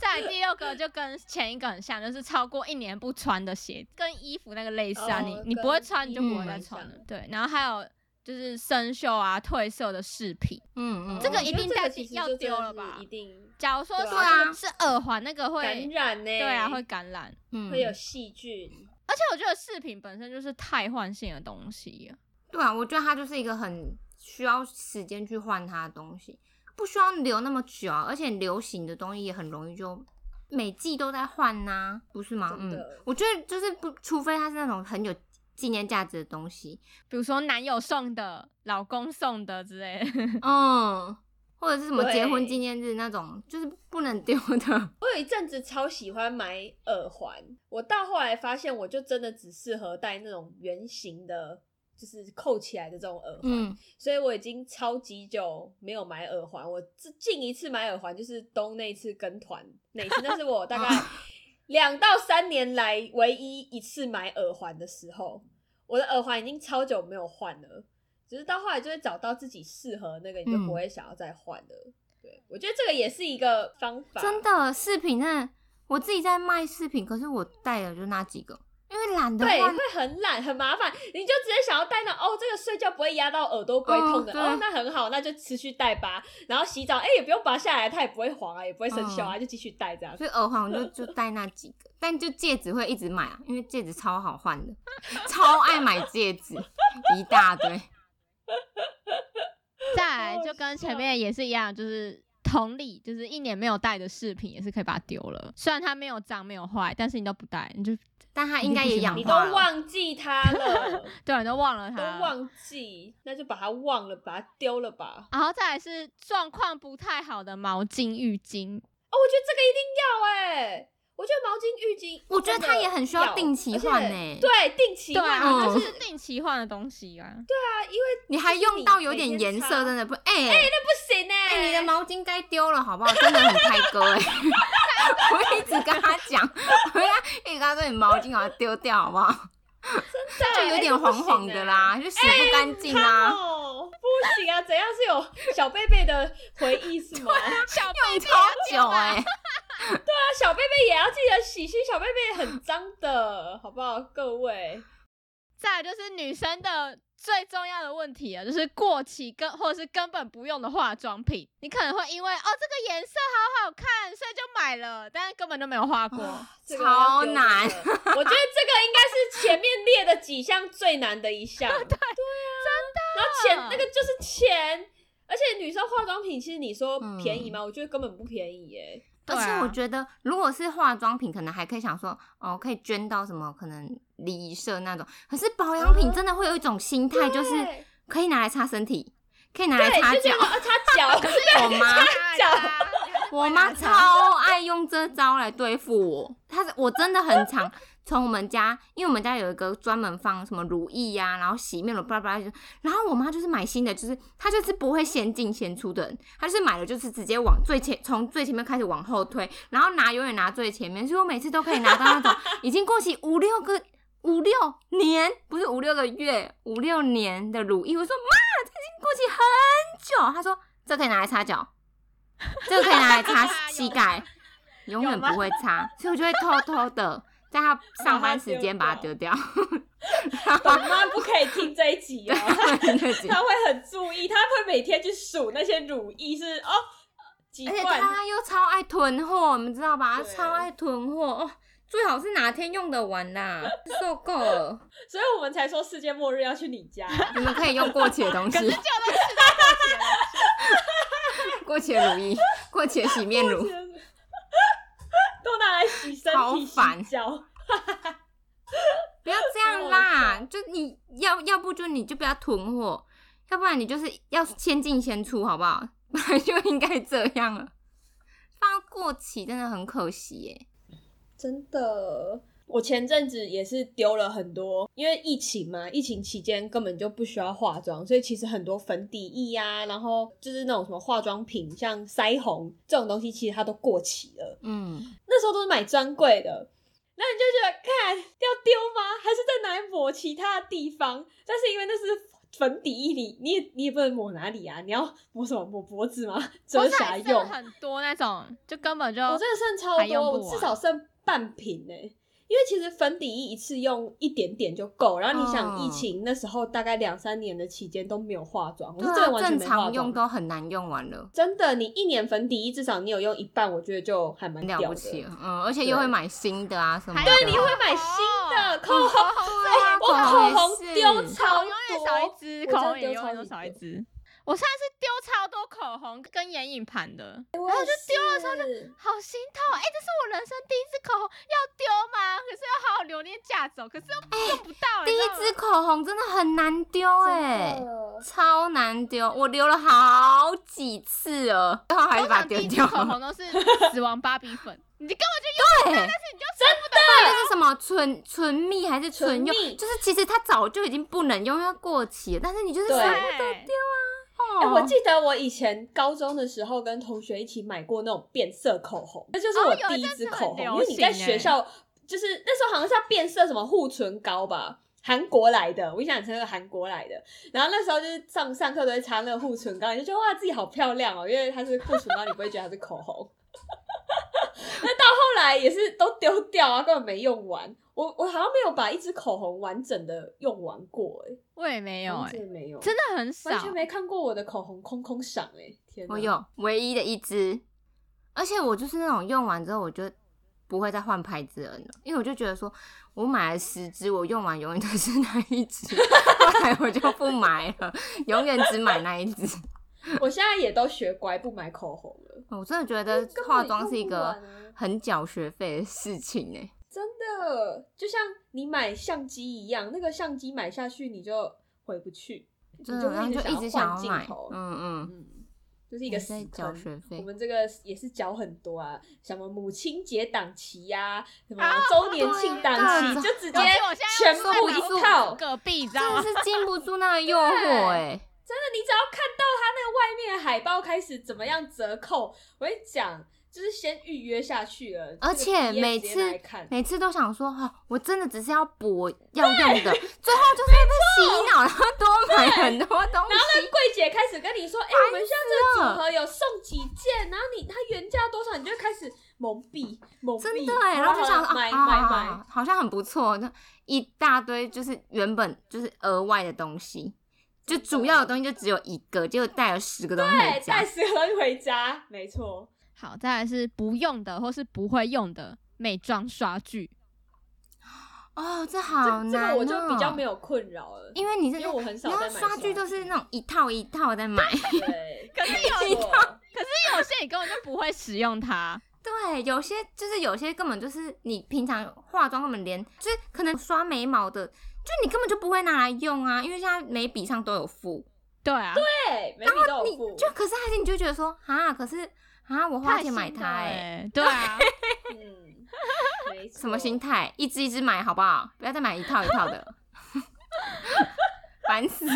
Speaker 1: 再来第六个就跟前一个很像，就是超过一年不穿的鞋，跟衣服那个类似啊，
Speaker 2: 哦
Speaker 1: 你你
Speaker 2: 跟
Speaker 1: 不会穿你就不
Speaker 5: 衣服
Speaker 1: 会再
Speaker 2: 蛮
Speaker 1: 穿
Speaker 2: 像
Speaker 1: 了。对，然后还有就是生锈啊、褪色的饰品。
Speaker 5: 嗯嗯，
Speaker 1: 这个
Speaker 2: 我
Speaker 1: 一
Speaker 2: 觉得
Speaker 1: 定
Speaker 2: 这
Speaker 1: 带
Speaker 2: 个
Speaker 1: 进
Speaker 2: 其实
Speaker 1: 要
Speaker 2: 就真
Speaker 1: 丢
Speaker 2: 的
Speaker 1: 了
Speaker 2: 是
Speaker 1: 吧
Speaker 2: 一定
Speaker 1: 假如说
Speaker 2: 对
Speaker 1: 是,、
Speaker 5: 啊
Speaker 1: 是耳环，那个
Speaker 2: 感欸
Speaker 1: 会
Speaker 2: 染呢、
Speaker 1: 对啊会感染。
Speaker 5: 嗯
Speaker 2: 会有细菌。
Speaker 1: 而且我觉得饰品本身就是太换性的东西了，
Speaker 5: 对啊，我觉得它就是一个很需要时间去换它的东西，不需要留那么久啊。而且流行的东西也很容易就每季都在换呐、不是吗？
Speaker 2: 真
Speaker 5: 嗯
Speaker 2: 的，
Speaker 5: 我觉得就是不，除非它是那种很有纪念价值的东西，
Speaker 1: 比如说男友送的、老公送的之类的。
Speaker 5: 嗯，或者是什么结婚
Speaker 2: 对
Speaker 5: 纪念日那种，就是不能丢 的。
Speaker 2: 我有一阵子超喜欢买耳环，我到后来发现，我就真的只适合戴那种圆形的，就是扣起来的这种耳环。
Speaker 5: 嗯，
Speaker 2: 所以我已经超级久没有买耳环。我这近一次买耳环就是东那一次跟团那一次，那是我大 概两到三年来唯一一次买耳环的时候。我的耳环已经超久没有换了，只是到后来就会找到自己适合那个，你就
Speaker 5: 嗯
Speaker 2: 不会想要再换了。对，我觉得这个也是一个方法，
Speaker 5: 真的饰品真的，我自己在卖饰品，可是我带的就那几个，因为懒得
Speaker 2: 对，
Speaker 5: 换
Speaker 2: 会很懒，很麻烦，你就直接想要戴那哦，这个睡觉不会压到耳朵，不会痛的，
Speaker 5: 嗯对
Speaker 2: 哦，那很好，那就持续戴吧。然后洗澡，哎、也不用拔下来，它也不会黄啊，也不会生锈啊，就继续戴这样。
Speaker 5: 嗯所以耳环我就就戴那几个，但就戒指会一直买啊，因为戒指超好换的，超爱买戒指，一大堆。
Speaker 1: 再
Speaker 2: 好
Speaker 1: 来
Speaker 2: 好
Speaker 1: 就跟前
Speaker 2: 笑
Speaker 1: 面也是一样，就是同理，就是一年没有戴的饰品也是可以把它丢了。虽然它没有脏没有坏，但是你都不戴，你就
Speaker 5: 但它应该也氧
Speaker 2: 你都
Speaker 5: 化了，
Speaker 2: 忘记它 了，
Speaker 1: 对，啊你都忘了它
Speaker 2: 都
Speaker 5: 啊
Speaker 1: 了。
Speaker 2: 忘记，那就把它忘了，把它丢了吧。哦
Speaker 1: 然后再来是状况不太好的毛巾、浴巾，
Speaker 2: 哦，我觉得这个一定要哎、我觉得毛巾、浴巾真的要，
Speaker 5: 我觉得它也很需要定期换欸
Speaker 2: 而且对，定期
Speaker 1: 对
Speaker 2: 换，
Speaker 1: 啊，就
Speaker 5: 嗯
Speaker 2: 就是
Speaker 1: 是 定期换的东西啊。
Speaker 2: 啊，因为
Speaker 5: 你还用到有点颜色，真
Speaker 2: 的
Speaker 5: 的不哎哎、
Speaker 2: 不行哎、
Speaker 5: 你的毛巾该丢了好不好？真的很开哥哎、 我一直跟他讲，我要一直跟他说你毛巾把它丢掉好不好？
Speaker 2: 对
Speaker 5: 就有点
Speaker 2: 啊
Speaker 5: 黄黄的。啦，就洗不干净啊
Speaker 2: 哎
Speaker 5: 啦，
Speaker 2: 哦，不行啊！怎样是有小贝贝的回忆是 吗？啊，
Speaker 1: 小
Speaker 5: 用
Speaker 1: 贝
Speaker 5: 超久哎、
Speaker 2: 小贝贝也要记得洗洗，小贝贝很脏的，好不好？各位，
Speaker 1: 再来就是女生的最重要的问题啊，就是过期跟或者是根本不用的化妆品，你可能会因为哦这个颜色好好看，所以就买了，但是根本就没有画过。
Speaker 2: 这个要
Speaker 5: 超
Speaker 2: 丢
Speaker 5: 难
Speaker 2: 掉了 我觉得这个应该是前面列的几项最难的一项。 对对啊，真的。然后钱那个就是钱，而且女生化妆品其实你说便宜吗？我觉得根本不便宜耶。
Speaker 1: 对
Speaker 5: 而且
Speaker 1: 啊
Speaker 5: 我觉得，如果是化妆品，可能还可以想说，哦，可以捐到什么可能礼仪社那种。可是保养品
Speaker 2: 嗯
Speaker 5: 真的会有一种心态，就是
Speaker 2: 对
Speaker 5: 可以拿来擦身体，可以拿来擦
Speaker 2: 对，就
Speaker 5: 脚
Speaker 2: 觉。得啊，擦脚，
Speaker 5: 我妈，
Speaker 2: 脚
Speaker 5: 我妈超爱用这招来对付我。她是我真的很常从我们家，因为我们家有一个专门放什么乳液呀、然后洗面乳，巴拉巴拉。就然后我妈就是买新的，就是她就是不会先进先出的人，她就是买了就是直接往最前，从最前面开始往后推，然后拿永远拿最前面，所以我每次都可以拿到那种已经过期五六个。五六年不是五六个月，五六年的乳液，我说妈，这已经过期很久。她说这可以拿来擦脚，这个可以拿来擦膝盖，永远不会擦，所以我就会偷偷的 在他上班时间把它丢掉。
Speaker 2: 我妈不可以听这一集哦。
Speaker 5: 对
Speaker 2: 他会很注意，他会每天去数那些乳液是哦几
Speaker 5: 而且
Speaker 2: 罐，
Speaker 5: 他又超爱囤货，你们知道吧？他
Speaker 2: 对
Speaker 5: 超爱囤货哦，最好是哪天用得完啦，受够了。
Speaker 2: 所以我们才说世界末日要去你 家。
Speaker 5: 你们可以用过期的东西，过期的乳液，过期的洗面乳，
Speaker 2: 都拿来洗身
Speaker 5: 好
Speaker 2: 体、洗
Speaker 5: 烦
Speaker 2: 脚，
Speaker 5: 不要这样啦！就你要要不就你就不要囤货，要不然你就是要先进先出，好不好？本来就应该这样了，放到过期真的很可惜耶。
Speaker 2: 真的。我前阵子也是丢了很多，因为疫情嘛，疫情期间根本就不需要化妆，所以其实很多粉底液啊，然后就是那种什么化妆品，像腮红这种东西，其实它都过期了。
Speaker 5: 嗯，
Speaker 2: 那时候都是买专柜的，那你就觉得看要丢吗？还是再拿来抹其他的地方？但是因为那是粉底液里，你也你也不能抹哪里啊，你要抹什么？抹脖子吗？遮
Speaker 1: 我是
Speaker 2: 瑕
Speaker 1: 还
Speaker 2: 啊用
Speaker 1: 剩？很多那种，就根本就
Speaker 2: 我真的剩
Speaker 1: 还
Speaker 2: 超
Speaker 1: 用
Speaker 2: 多，
Speaker 1: 不
Speaker 2: 我至
Speaker 1: 完
Speaker 2: 少剩半瓶呢、因为其实粉底液一次用一点点就够，然后你想
Speaker 5: 嗯
Speaker 2: 疫情那时候大概两三年的期间都没有化妆，我
Speaker 5: 对
Speaker 2: 是真的
Speaker 5: 啊，
Speaker 2: 嗯完全
Speaker 5: 正
Speaker 2: 没化
Speaker 5: 常
Speaker 2: 妆。
Speaker 5: 用都很难用完了，
Speaker 2: 真的，你一年粉底液至少你有用一半，我觉得就还蛮
Speaker 5: 了
Speaker 2: 屌
Speaker 5: 不
Speaker 2: 的。
Speaker 5: 起了。嗯，而且又会
Speaker 2: 对
Speaker 5: 买新的啊什么的。
Speaker 1: 还
Speaker 2: 对，
Speaker 1: 有
Speaker 2: 你会买新
Speaker 5: 哦
Speaker 2: 的口红，
Speaker 5: 对啊
Speaker 2: 哎，我
Speaker 5: 口
Speaker 2: 口
Speaker 5: 红
Speaker 2: 红
Speaker 5: 也是
Speaker 2: 丢超
Speaker 1: 我永远少一
Speaker 2: 多，
Speaker 1: 支，口
Speaker 2: 我真的
Speaker 1: 红也永
Speaker 2: 丢超
Speaker 1: 远都
Speaker 2: 级
Speaker 1: 少一
Speaker 2: 多
Speaker 1: 支。我上次丢超多口红跟眼影盘的，
Speaker 2: 然后就丢的时候就
Speaker 1: 好心痛！哎、这是我人生第一支口红，要丢吗？可是要好好留恋架走，可是
Speaker 2: 哎
Speaker 1: 又用不到、
Speaker 5: 第
Speaker 1: 你知
Speaker 5: 一
Speaker 1: 道吗
Speaker 5: 支口红真的很难丢哎、
Speaker 3: 真的
Speaker 5: 超难丢，我留了好几次了，最后还是
Speaker 1: 通
Speaker 5: 把它
Speaker 1: 常第
Speaker 5: 丢
Speaker 1: 一支
Speaker 5: 掉
Speaker 1: 口
Speaker 5: 了。
Speaker 1: 红都是死亡芭比 粉，你根
Speaker 5: 对，但是
Speaker 1: 你就
Speaker 5: 是什么纯纯蜜还是纯用
Speaker 2: 纯蜜？
Speaker 5: 就是其实它早就已经不能用，因为它过期了，但是你就是
Speaker 2: 对
Speaker 5: 想
Speaker 1: 本都丢。
Speaker 2: 哎、
Speaker 5: 哦
Speaker 2: 我记得我以前高中的时候跟同学一起买过那种变色口红，那就是
Speaker 1: 哦
Speaker 2: 我
Speaker 1: 有一
Speaker 2: 第一
Speaker 1: 阵
Speaker 2: 支
Speaker 1: 子很
Speaker 2: 口红，
Speaker 1: 流
Speaker 2: 因为你在
Speaker 1: 行
Speaker 2: 学
Speaker 1: 哎
Speaker 2: 校就是那时候好像是要变色什么护唇膏吧。韩国来的，我印象很深刻，韩国来的。然后那时候就是上上课都会擦那个护唇膏，你就觉得哇自己好漂亮哦，因为它是护唇膏，你不会觉得它是口红。 那到后来也是都丢掉啊，根本没用完。我我好像没有把一支口红完整的用完过、欸，
Speaker 1: 我也没
Speaker 2: 哎，
Speaker 1: 有哎、
Speaker 2: 没有，
Speaker 1: 真的很少。
Speaker 2: 完全没看过我的口红空空赏哎、天哪！
Speaker 5: 我有唯一的一支，而且我就是那种用完之后我就不会再换牌子的人了，因为我就觉得说我买了十支，我用完永远都是那一支，后来我就不买了，永远只买那一支。
Speaker 2: 我现在也都学乖，不买口红了。
Speaker 5: 我真的觉得
Speaker 2: 哎根本
Speaker 5: 化妆是一
Speaker 2: 用不完
Speaker 5: 个
Speaker 2: 啊
Speaker 5: 很缴学费的事情呢、欸
Speaker 2: 真的，就像你买相机一样，那个相机买下去你就回不去，
Speaker 5: 真
Speaker 2: 你
Speaker 5: 的，
Speaker 2: 会
Speaker 5: 然后就一直
Speaker 2: 换
Speaker 5: 想要
Speaker 2: 镜
Speaker 5: 买
Speaker 2: 头，，
Speaker 5: 嗯嗯，
Speaker 2: 嗯，就是一个
Speaker 5: 也在
Speaker 2: 死
Speaker 5: 缴
Speaker 2: 坑
Speaker 5: 学费
Speaker 2: 我们这个也是缴很多啊，什么母亲节档期呀、什么
Speaker 1: 啊
Speaker 2: 周年庆档期，
Speaker 5: 对
Speaker 2: 就直接
Speaker 1: 尤其我现在
Speaker 2: 全
Speaker 1: 又
Speaker 2: 部
Speaker 1: 在
Speaker 2: 一
Speaker 1: 买
Speaker 2: 套。
Speaker 1: 隔壁，你知
Speaker 5: 真
Speaker 1: 道
Speaker 5: 的
Speaker 1: 吗？
Speaker 5: 是经不住那个诱 惑哎、
Speaker 2: 真的，你只要看到他那个外面的海报开始怎么样折扣，我会讲，就是先预约下去了，这
Speaker 5: 而
Speaker 2: 个
Speaker 5: 且
Speaker 2: 体验
Speaker 5: 每
Speaker 2: 直接
Speaker 5: 次
Speaker 2: 拿来看，
Speaker 5: 每次都想说哈、我真的只是要补我要用的，最后就是被洗脑，然后多买很多东
Speaker 2: 然后那
Speaker 5: 西。
Speaker 2: 个柜姐开始跟你说，哎、我们现在这个组合有送几件，然后你它原价多少，你就会开始蒙蔽蒙蔽，
Speaker 5: 真的哎、然后就
Speaker 2: 好
Speaker 5: 想
Speaker 2: 了
Speaker 5: 说，
Speaker 2: 买
Speaker 5: 啊，
Speaker 2: 买
Speaker 5: 好好好
Speaker 2: 买，
Speaker 5: 好好像很不错，就一大堆就是原本就是额外的东西，就主要的东西就只有一个，结果带了十个东西回
Speaker 2: 对，
Speaker 5: 家
Speaker 2: 带。十个东西回家，没错。
Speaker 1: 好，再来是不用的或是不会用的美妆刷具。
Speaker 5: 哦，这
Speaker 2: 这
Speaker 5: 好难、哦
Speaker 2: 这个我就比较没有困扰了，
Speaker 5: 因为你这
Speaker 2: 因为我很少
Speaker 5: 然
Speaker 2: 在
Speaker 5: 后
Speaker 2: 买
Speaker 5: 刷具都是那种一套一套在买，
Speaker 2: 对，
Speaker 1: 可是有，
Speaker 2: 没错
Speaker 1: 可是有些你根本就不会使用它。
Speaker 5: 对，有些就是有些根本就是你平常化妆，根本连就是可能刷眉毛的，就你根本就不会拿来用啊，因为现在眉笔上都有附，
Speaker 1: 对啊，
Speaker 2: 对，每笔都有
Speaker 5: 你
Speaker 2: 付，
Speaker 5: 就可是还是你就觉得说啊，可是啊我花
Speaker 1: 太
Speaker 5: 钱买
Speaker 1: 心
Speaker 5: 它
Speaker 1: 了
Speaker 5: 哎、
Speaker 1: 欸，对 啊，
Speaker 2: 嗯，没错
Speaker 5: 什么心态？一支一支买好不好？不要再买一套一套的， 烦死！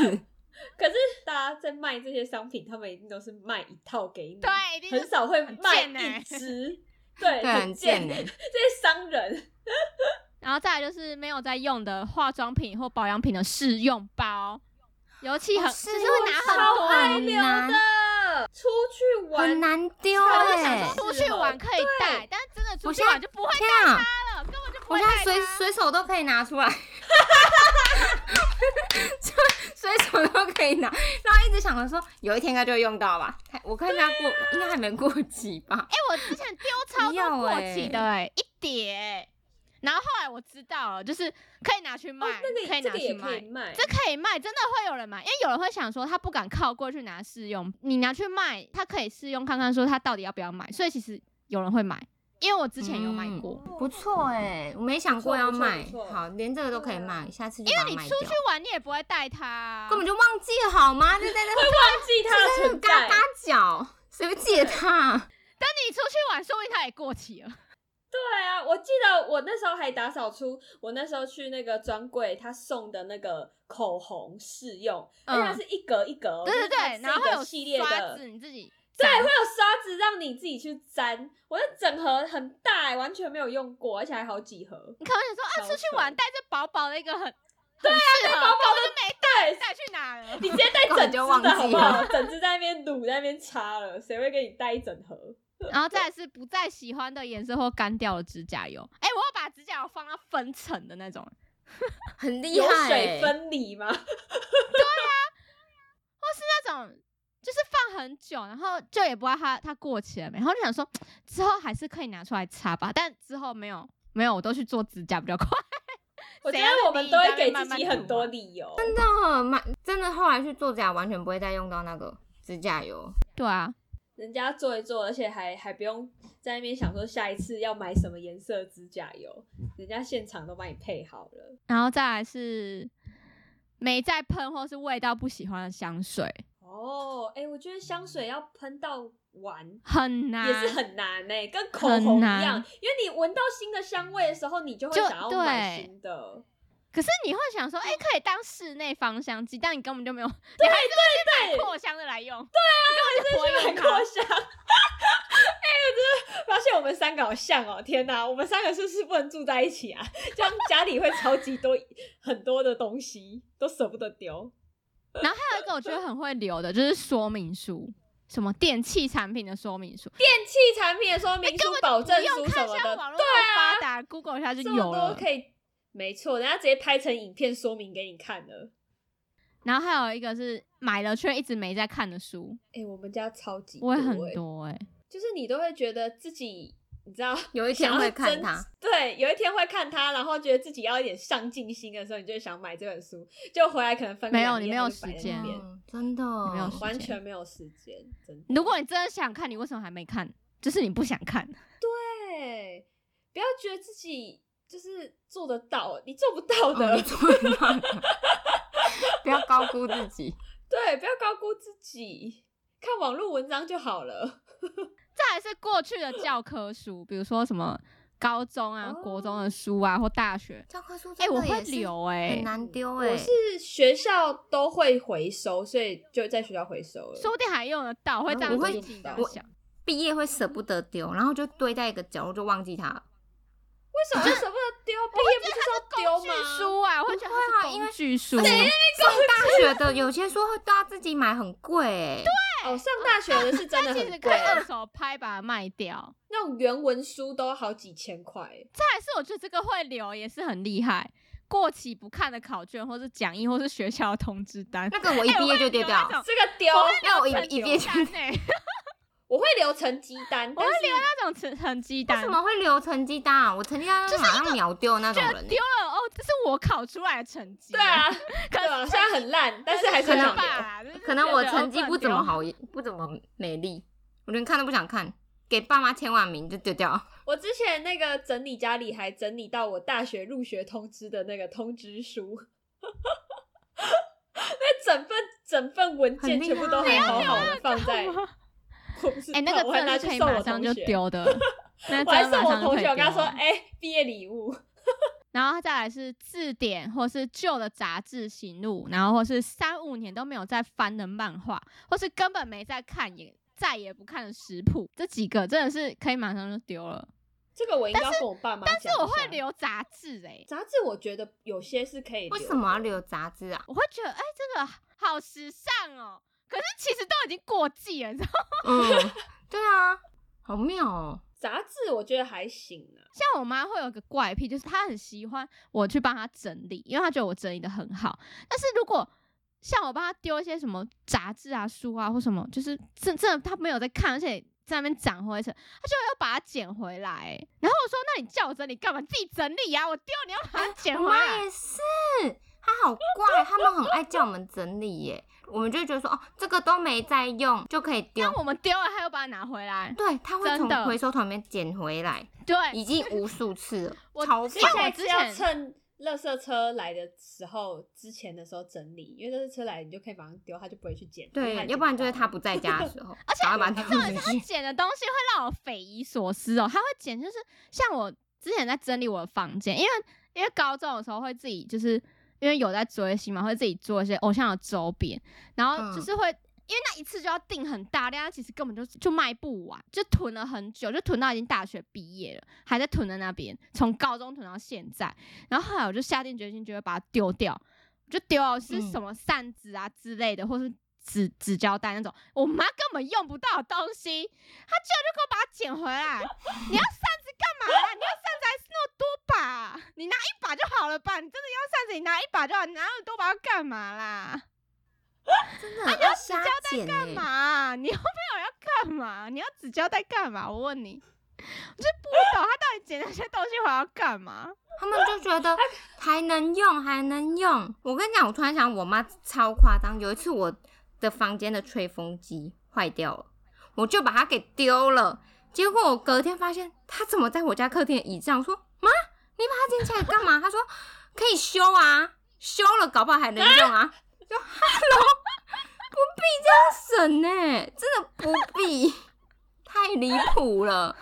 Speaker 2: 可是大家在卖这些商品，他们一定都是卖一套给你，
Speaker 1: 对，一定
Speaker 2: 很
Speaker 1: 是
Speaker 2: 少会卖
Speaker 1: 很贱欸
Speaker 2: 一支。对，
Speaker 5: 对，很
Speaker 2: 贱
Speaker 5: 贱
Speaker 1: 欸
Speaker 5: 哎、
Speaker 2: 这些商人，
Speaker 1: 然后再来就是没有在用的化妆品或保养品的试用包，尤 其很、
Speaker 5: 哦
Speaker 1: 就是
Speaker 5: 试
Speaker 1: 会拿很
Speaker 2: 超
Speaker 1: 多，
Speaker 2: 爱留
Speaker 5: 很
Speaker 2: 的，出去玩哦
Speaker 5: 很难丢
Speaker 2: 超
Speaker 1: 我就
Speaker 5: 哎、
Speaker 1: 想说出去玩可以带，但是真的出
Speaker 5: 我
Speaker 1: 去
Speaker 5: 现在
Speaker 1: 玩就不会
Speaker 5: 天
Speaker 1: 带
Speaker 5: 啊！
Speaker 1: 它了，根本就不
Speaker 5: 我
Speaker 1: 会
Speaker 5: 现在
Speaker 1: 带
Speaker 5: 随
Speaker 1: 它。
Speaker 5: 随手都可以拿出来， 就随手都可以拿。然后一直想着说，有一天应该就会用到吧。还我看它过，应该还没过期吧
Speaker 1: 啊哎、。我之前丢超
Speaker 5: 要
Speaker 1: 多过
Speaker 5: 欸
Speaker 1: 期的哎、一叠欸、然后后来我知道了，就是可以拿去卖，
Speaker 2: 哦，那个
Speaker 1: 可以
Speaker 2: 这
Speaker 1: 拿
Speaker 2: 个也
Speaker 1: 去
Speaker 2: 可
Speaker 1: 卖
Speaker 2: 以。卖，
Speaker 1: 这可以卖，真的会有人买，因为有人会想说他不敢靠过去拿试用，你拿去卖，他可以试用看看，说他到底要不要买，所以其实有人会买，因为我之前有买
Speaker 5: 嗯
Speaker 1: 过。
Speaker 5: 不错哎、我没想过要卖
Speaker 2: 不错不错不。错
Speaker 5: 好，连这个都可以卖，下次就把它
Speaker 1: 啊你
Speaker 5: 卖
Speaker 1: 出
Speaker 5: 掉
Speaker 1: 去。玩你也不会带它啊、
Speaker 5: 根本就忘记了好吗？就在 那
Speaker 2: 忘记它的
Speaker 5: 就在那
Speaker 2: 存
Speaker 5: 嘎
Speaker 2: 在
Speaker 5: 嘎。脚，谁会记得它？
Speaker 1: 等你出去玩，说不定它也过期了。
Speaker 2: 对啊，我记得我那时候还打扫出我那时候去那个专柜，他送的那个口红试用，
Speaker 1: 嗯
Speaker 2: 而且它是一格一格哦，
Speaker 1: 对对
Speaker 2: 就是它是
Speaker 1: 对，
Speaker 2: 一
Speaker 1: 然后会
Speaker 2: 个
Speaker 1: 有
Speaker 2: 系列
Speaker 1: 刷
Speaker 2: 的
Speaker 1: 子，，你自己
Speaker 2: 对，
Speaker 1: 粘
Speaker 2: 会有刷子让你自己去粘。我那整盒很大、欸，完全没有用过，而且还好几盒。
Speaker 1: 你可能想说啊，
Speaker 2: 超
Speaker 1: 出去
Speaker 2: 扯
Speaker 1: 玩带着薄薄的一个很，对啊，薄薄的没
Speaker 2: 对，
Speaker 1: 带去哪了？
Speaker 2: 你直接带
Speaker 5: 根
Speaker 2: 整
Speaker 5: 本
Speaker 2: 只
Speaker 5: 就
Speaker 2: 的
Speaker 5: 忘
Speaker 2: 好
Speaker 5: 记
Speaker 2: 不
Speaker 5: 了
Speaker 2: 好？整只在那边卤，在那边擦了，谁会给你带一整盒？
Speaker 1: 然后再来是不再喜欢的颜色或干掉的指甲油。哎、我要把指甲油放到分层的那种，或
Speaker 5: 很厉
Speaker 2: 有
Speaker 5: 害、
Speaker 2: 水
Speaker 5: 欸。
Speaker 2: 分离吗？
Speaker 1: 是那种就是放很久，然后就也不知道它它过期了没，然后就想说之后还是可以拿出来擦吧，但之后没有没有，我都去做指甲比较快。
Speaker 2: 我觉
Speaker 1: 谁要
Speaker 2: 得我
Speaker 1: 跟
Speaker 2: 们
Speaker 1: 你
Speaker 2: 都
Speaker 1: 在那
Speaker 2: 会给
Speaker 1: 边
Speaker 2: 自
Speaker 1: 慢慢
Speaker 2: 己
Speaker 1: 涂
Speaker 2: 很
Speaker 1: 啊
Speaker 2: 多理由，
Speaker 5: 那蛮哦真的，后来去做指甲完全不会再用到那个指甲油。
Speaker 1: 对啊，
Speaker 2: 人家做一做，而且还还不用在那边想说下一次要买什么颜色的指甲油，人家现场都帮你配好了。
Speaker 1: 然后再来是没再喷或是味道不喜欢的香水，
Speaker 2: 哦，哎、我觉得香水要喷到完。
Speaker 1: 很难，
Speaker 2: 也是很难呢、欸跟口
Speaker 1: 很
Speaker 2: 红一
Speaker 1: 难
Speaker 2: 样，因为你闻到新的香味的时候，你就会
Speaker 1: 就
Speaker 2: 想要买
Speaker 1: 对
Speaker 2: 新的。
Speaker 1: 可是你会想说，哎、可以当室内芳香剂，但你根本就没有，你还是
Speaker 2: 对
Speaker 1: 会去买扩香的来用。对啊，
Speaker 2: 很
Speaker 1: 你
Speaker 2: 扩
Speaker 1: 还是去买
Speaker 2: 香。哎、我真的发现我们三个好像哦！天哪，我们三个是不是不能住在一起啊？ 这样家里会超级多很多的东西，都舍不得丢。
Speaker 1: 然后还有一个我觉得很会留的，就是说明书，什么电器产品的说明书，
Speaker 2: 电器产品的
Speaker 1: 哎
Speaker 2: 说明书、保证
Speaker 1: 不用
Speaker 2: 书什
Speaker 1: 看，
Speaker 2: 么
Speaker 1: 现
Speaker 2: 的，
Speaker 1: 在网络
Speaker 2: 对，啊
Speaker 1: 那么发达、g o o g l e 一下就
Speaker 2: 这么
Speaker 1: 有
Speaker 2: 多
Speaker 1: 了。
Speaker 2: 可以，没错，人家直接拍成影片说明给你看了。
Speaker 1: 然后还有一个是买了却一直没在看的书，
Speaker 2: 哎、我们家超级
Speaker 1: 我也很
Speaker 2: 欸
Speaker 1: 多哎、
Speaker 2: 就是你都会觉得自己，你知道，
Speaker 5: 有一天
Speaker 2: 想要
Speaker 5: 会看
Speaker 2: 增
Speaker 5: 它。
Speaker 2: 对，有一天会看它，然后觉得自己要一点上进心的时候，你就会想买这本书，就回来可能翻个
Speaker 1: 没有
Speaker 2: 两页
Speaker 1: 你没有
Speaker 2: 它就摆在
Speaker 1: 时间
Speaker 2: 那边
Speaker 5: 嗯，真的
Speaker 1: 没有时
Speaker 2: 完
Speaker 1: 间
Speaker 2: 全没有时间，真的。
Speaker 1: 如果你真的想看，你为什么还没看？就是你不想看，
Speaker 2: 对，不要觉得自己就是做得到，你做不到的。
Speaker 5: 哦你做得到的 不要高估自己。
Speaker 2: 对，不要高估自己，看网络文章就 好了。
Speaker 1: 再来是过去的教科书，比如说什么高中啊、
Speaker 2: 哦
Speaker 1: 国中的书啊，或大学。
Speaker 5: 教科书
Speaker 1: 哎、
Speaker 5: 真的
Speaker 1: 我会
Speaker 5: 也是
Speaker 1: 留哎、
Speaker 5: 很难丢哎、
Speaker 2: 我是学校都会回收，所以就在学校回收了。
Speaker 1: 说不定还用得到，会这样
Speaker 5: 我会
Speaker 1: 自己这样
Speaker 5: 我
Speaker 1: 想。
Speaker 5: 毕业会舍不得丢，然后就堆在一个角落，就忘记它了。
Speaker 2: 为什么
Speaker 1: 啊
Speaker 2: 会舍不得丢？
Speaker 1: 哎
Speaker 2: 毕业不就是要
Speaker 1: 工
Speaker 2: 丢
Speaker 1: 具
Speaker 2: 吗？
Speaker 1: 书啊，我会觉得它
Speaker 5: 不会啊
Speaker 1: 是
Speaker 5: 因为
Speaker 1: 工具书。
Speaker 5: 上大
Speaker 1: 啊
Speaker 5: 学的有些书会都要自己买，很贵哎、
Speaker 2: 哦，上大学的是真的
Speaker 1: 欸它其实
Speaker 2: 很
Speaker 1: 可
Speaker 2: 贵
Speaker 1: 以，二手拍把它卖掉。
Speaker 2: 那种原文书都好几千块。欸
Speaker 1: 再来是我觉得这个会留也是很厉害，过期不看的考卷，或是讲义，或是学校的通知单。
Speaker 5: 那个我一毕业就丢掉，
Speaker 1: 哎
Speaker 2: 这个丢，
Speaker 5: 要我一
Speaker 1: 成
Speaker 5: 一毕
Speaker 1: 绩
Speaker 5: 业就
Speaker 1: 单呢、
Speaker 2: 我会留成绩单，
Speaker 1: 我
Speaker 2: 但
Speaker 1: 会
Speaker 2: 是
Speaker 1: 留 那种成成绩
Speaker 5: 为
Speaker 1: 单，
Speaker 5: 什么会留成绩单啊？我成绩单马上秒丢那种
Speaker 1: 觉得
Speaker 5: 人、
Speaker 1: 丢
Speaker 5: 欸，
Speaker 1: 了哦，这是我考出来的成绩。
Speaker 2: 对啊，，
Speaker 1: 可
Speaker 2: 对啊，虽然很烂，但是还是
Speaker 5: 可
Speaker 2: 很
Speaker 5: 能
Speaker 2: 想
Speaker 1: 吧
Speaker 2: 留。
Speaker 1: 就是
Speaker 5: 可能
Speaker 1: 觉
Speaker 5: 我
Speaker 1: 得
Speaker 5: 成绩不怎么。
Speaker 1: 哦
Speaker 5: 好，不怎么美丽，我连看都不想看，给爸妈签完名就丢掉。
Speaker 2: 我之前那个整理家里，还整理到我大学入学通知的那个通知书，那整份整份文件
Speaker 5: 很厉害
Speaker 2: 全部都
Speaker 1: 啊
Speaker 2: 还好好的放在。 我不知
Speaker 1: 不然丢
Speaker 2: 道
Speaker 1: 哎、那个
Speaker 2: 我还
Speaker 1: 真
Speaker 2: 拿
Speaker 1: 的是
Speaker 2: 去
Speaker 1: 可以
Speaker 2: 送我
Speaker 1: 马
Speaker 2: 同
Speaker 1: 上
Speaker 2: 学
Speaker 1: 就，丢的， 那
Speaker 2: 我还
Speaker 1: 真的马
Speaker 2: 送我
Speaker 1: 上就
Speaker 2: 同
Speaker 1: 可以
Speaker 2: 学，我跟他
Speaker 1: 丢
Speaker 2: 说：“
Speaker 1: 了
Speaker 2: 哎、毕业礼物。”
Speaker 1: 然后再来是字典，或是旧的杂志行录，然后或是三五年都没有再翻的漫画，或是根本没在看也再也不看的食谱，这几个真的是可以马上就丢了。
Speaker 2: 这个我应该要跟我爸妈
Speaker 1: 但是
Speaker 2: 讲一
Speaker 1: 我会
Speaker 2: 下
Speaker 1: 留杂志欸诶、
Speaker 2: 杂志，我觉得有些是可以留
Speaker 5: 为
Speaker 2: 的。
Speaker 5: 什么要留杂志啊？
Speaker 1: 我会觉得哎、这个好时尚哦。可是其实都已经过季了，你知道吗？
Speaker 5: 嗯， 对啊，好妙哦。
Speaker 2: 杂志？我觉得还行啊。
Speaker 1: 像我妈会有一个怪癖，就是她很喜欢我去帮她整理，因为她觉得我整理的很好。但是如果像我帮她丢一些什么杂志啊、书啊或什么，就是真真的她没有在看，而且在那边长灰尘，她就要把它捡回来、然后我说：“那你叫我整理干嘛？你自己整理呀、我丢你要把它捡
Speaker 5: 我
Speaker 1: 回
Speaker 5: 妈
Speaker 1: 来。
Speaker 5: 也是，她好怪，他们很爱叫我们整理耶，我们就会觉得说哦，这个都没在用就可以丢
Speaker 1: 那。我们丢了，她又把它拿回来。
Speaker 5: 对，她会
Speaker 1: 真
Speaker 5: 从
Speaker 1: 的
Speaker 5: 回收桶里面捡回来，
Speaker 1: 对，
Speaker 5: 已经无数次了，
Speaker 1: 我
Speaker 5: 超
Speaker 1: 之前。像
Speaker 5: 烦
Speaker 1: 我
Speaker 2: 下一
Speaker 1: 之
Speaker 2: 次要
Speaker 1: 前
Speaker 2: 趁垃圾车来的时候之前的时候整理，因为垃圾车来你就可以马上丢，它就不会去捡。因为它
Speaker 5: 对，
Speaker 2: 已经
Speaker 5: 要不然就是
Speaker 2: 到
Speaker 5: 他
Speaker 2: 了
Speaker 5: 不在家的时候，
Speaker 1: 而且
Speaker 5: 赶快把它
Speaker 1: 重
Speaker 5: 丢
Speaker 1: 点
Speaker 5: 进
Speaker 1: 是他
Speaker 5: 去。
Speaker 1: 捡的东西会让我匪夷所思哦，他会捡就是像我之前在整理我的房间，因为因为高中的时候会自己就是因为有在追星嘛，会自己做一些偶像的周边，然后就
Speaker 5: 嗯
Speaker 1: 是会。因为那一次就要订很大量，其实根本就就卖不完，就囤了很久，就囤到已经大学毕业了，还在囤在那边，从高中囤到现在。然后后来我就下定决心，就会把它丢掉，就丢了是
Speaker 5: 嗯
Speaker 1: 什么扇子啊之类的，或是纸纸胶带那种我妈根本用不到的东西，她居然就给我把它捡回来。你要扇子干嘛啦？你要扇子还是那么多把啊？你拿一把就好了吧？你真的要扇子，你拿一把就好，你拿那么多把要干嘛啦？
Speaker 5: 真的要瞎捡
Speaker 1: 干嘛、啊你后面有要干嘛？你要纸胶带干嘛？我问你， 我就不懂她到底捡那些东西回来要干嘛。
Speaker 5: 他们就觉得还能用，还能用。我跟你讲，我突然想，我妈超夸张。有一次，我的房间的吹风机坏掉了，我就把它给丢了。结果我隔天发现，它怎么在我家客厅的椅子上？我说妈，你把它捡起来干嘛？她说可以修啊，修了搞不好还能用啊。就 hello，不必这样省呢、真的不必，太离谱了。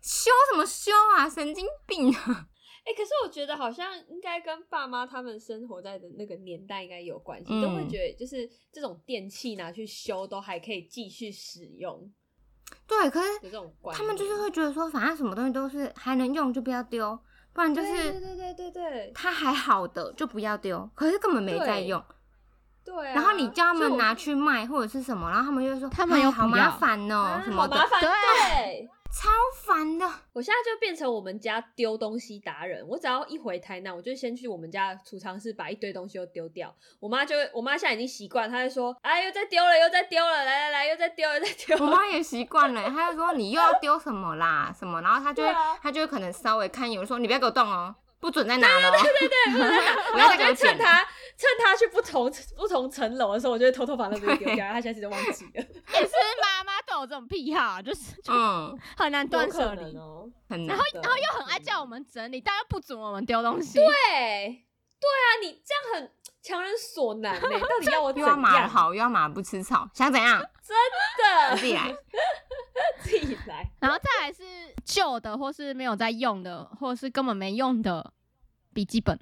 Speaker 5: 修什么修啊，神经病啊！
Speaker 2: 哎、可是我觉得好像应该跟爸妈他们生活在的那个年代应该有关系，都会
Speaker 5: 嗯
Speaker 2: 觉得就是这种电器拿去修都还可以继续使用
Speaker 5: 对，可
Speaker 2: 的这
Speaker 5: 是
Speaker 2: 种观念。
Speaker 5: 他们就是会觉得说，反正什么东西都是还能用就不要丢，不然就
Speaker 2: 对对
Speaker 5: 是
Speaker 2: 对对对对
Speaker 5: 它还好的就不要丢，可是根本没在
Speaker 2: 对
Speaker 5: 用。
Speaker 2: 对啊、
Speaker 5: 然后你叫他
Speaker 2: 所以
Speaker 5: 们
Speaker 2: 我
Speaker 5: 拿去卖或者是什么，然后他们就会说
Speaker 1: 他们
Speaker 5: 哎
Speaker 1: 又
Speaker 5: 好
Speaker 1: 不
Speaker 5: 麻
Speaker 1: 要
Speaker 5: 烦哦、
Speaker 2: 啊
Speaker 5: 什
Speaker 2: 好
Speaker 5: 么的，
Speaker 2: 麻烦，
Speaker 1: 对
Speaker 2: 对。
Speaker 5: 超烦的。
Speaker 2: 我现在就变成我们家丢东西达人，我只要一回台南，我就先去我们家储藏室把一堆东西都丢掉。我妈就会，我妈现在已经习惯，她就说：“哎，又在丢了，又在丢了，来来来，又在丢，又在丢。
Speaker 5: 我妈也习惯了，她就说你又要丢什么啦什么，然后她就会、
Speaker 2: 对啊
Speaker 5: 她就会可能稍微看一眼，我说你不要给我动哦、不准再拿了哦、
Speaker 2: 对”
Speaker 5: 不
Speaker 2: 然
Speaker 5: 要
Speaker 2: 后
Speaker 5: 再
Speaker 2: 我就
Speaker 5: 给我
Speaker 2: 会
Speaker 5: 捡
Speaker 2: 趁
Speaker 5: 了。
Speaker 2: 她趁她去不同不同层楼的时候，我就会偷偷把那东西丢掉。她现在其实忘记了，
Speaker 1: 也是妈妈都有这种癖好，就是就
Speaker 5: 嗯，
Speaker 1: 很难 断
Speaker 2: 有
Speaker 1: 舍
Speaker 2: 可
Speaker 1: 离
Speaker 2: 能。哦。
Speaker 5: 很
Speaker 1: 然
Speaker 5: 难
Speaker 1: 后。
Speaker 2: 对
Speaker 1: 然后又很爱叫我们整理，但又不准我们丢东西。
Speaker 2: 对对啊，你这样很强人所难呢、到底要 我怎
Speaker 5: 又要马
Speaker 2: 样？
Speaker 5: 好，又要马不吃草，想怎样？
Speaker 2: 的，
Speaker 5: 自己来。
Speaker 2: 自己来。
Speaker 1: 然后再来是旧的，或是没有在用的，或是根本没用的笔记本。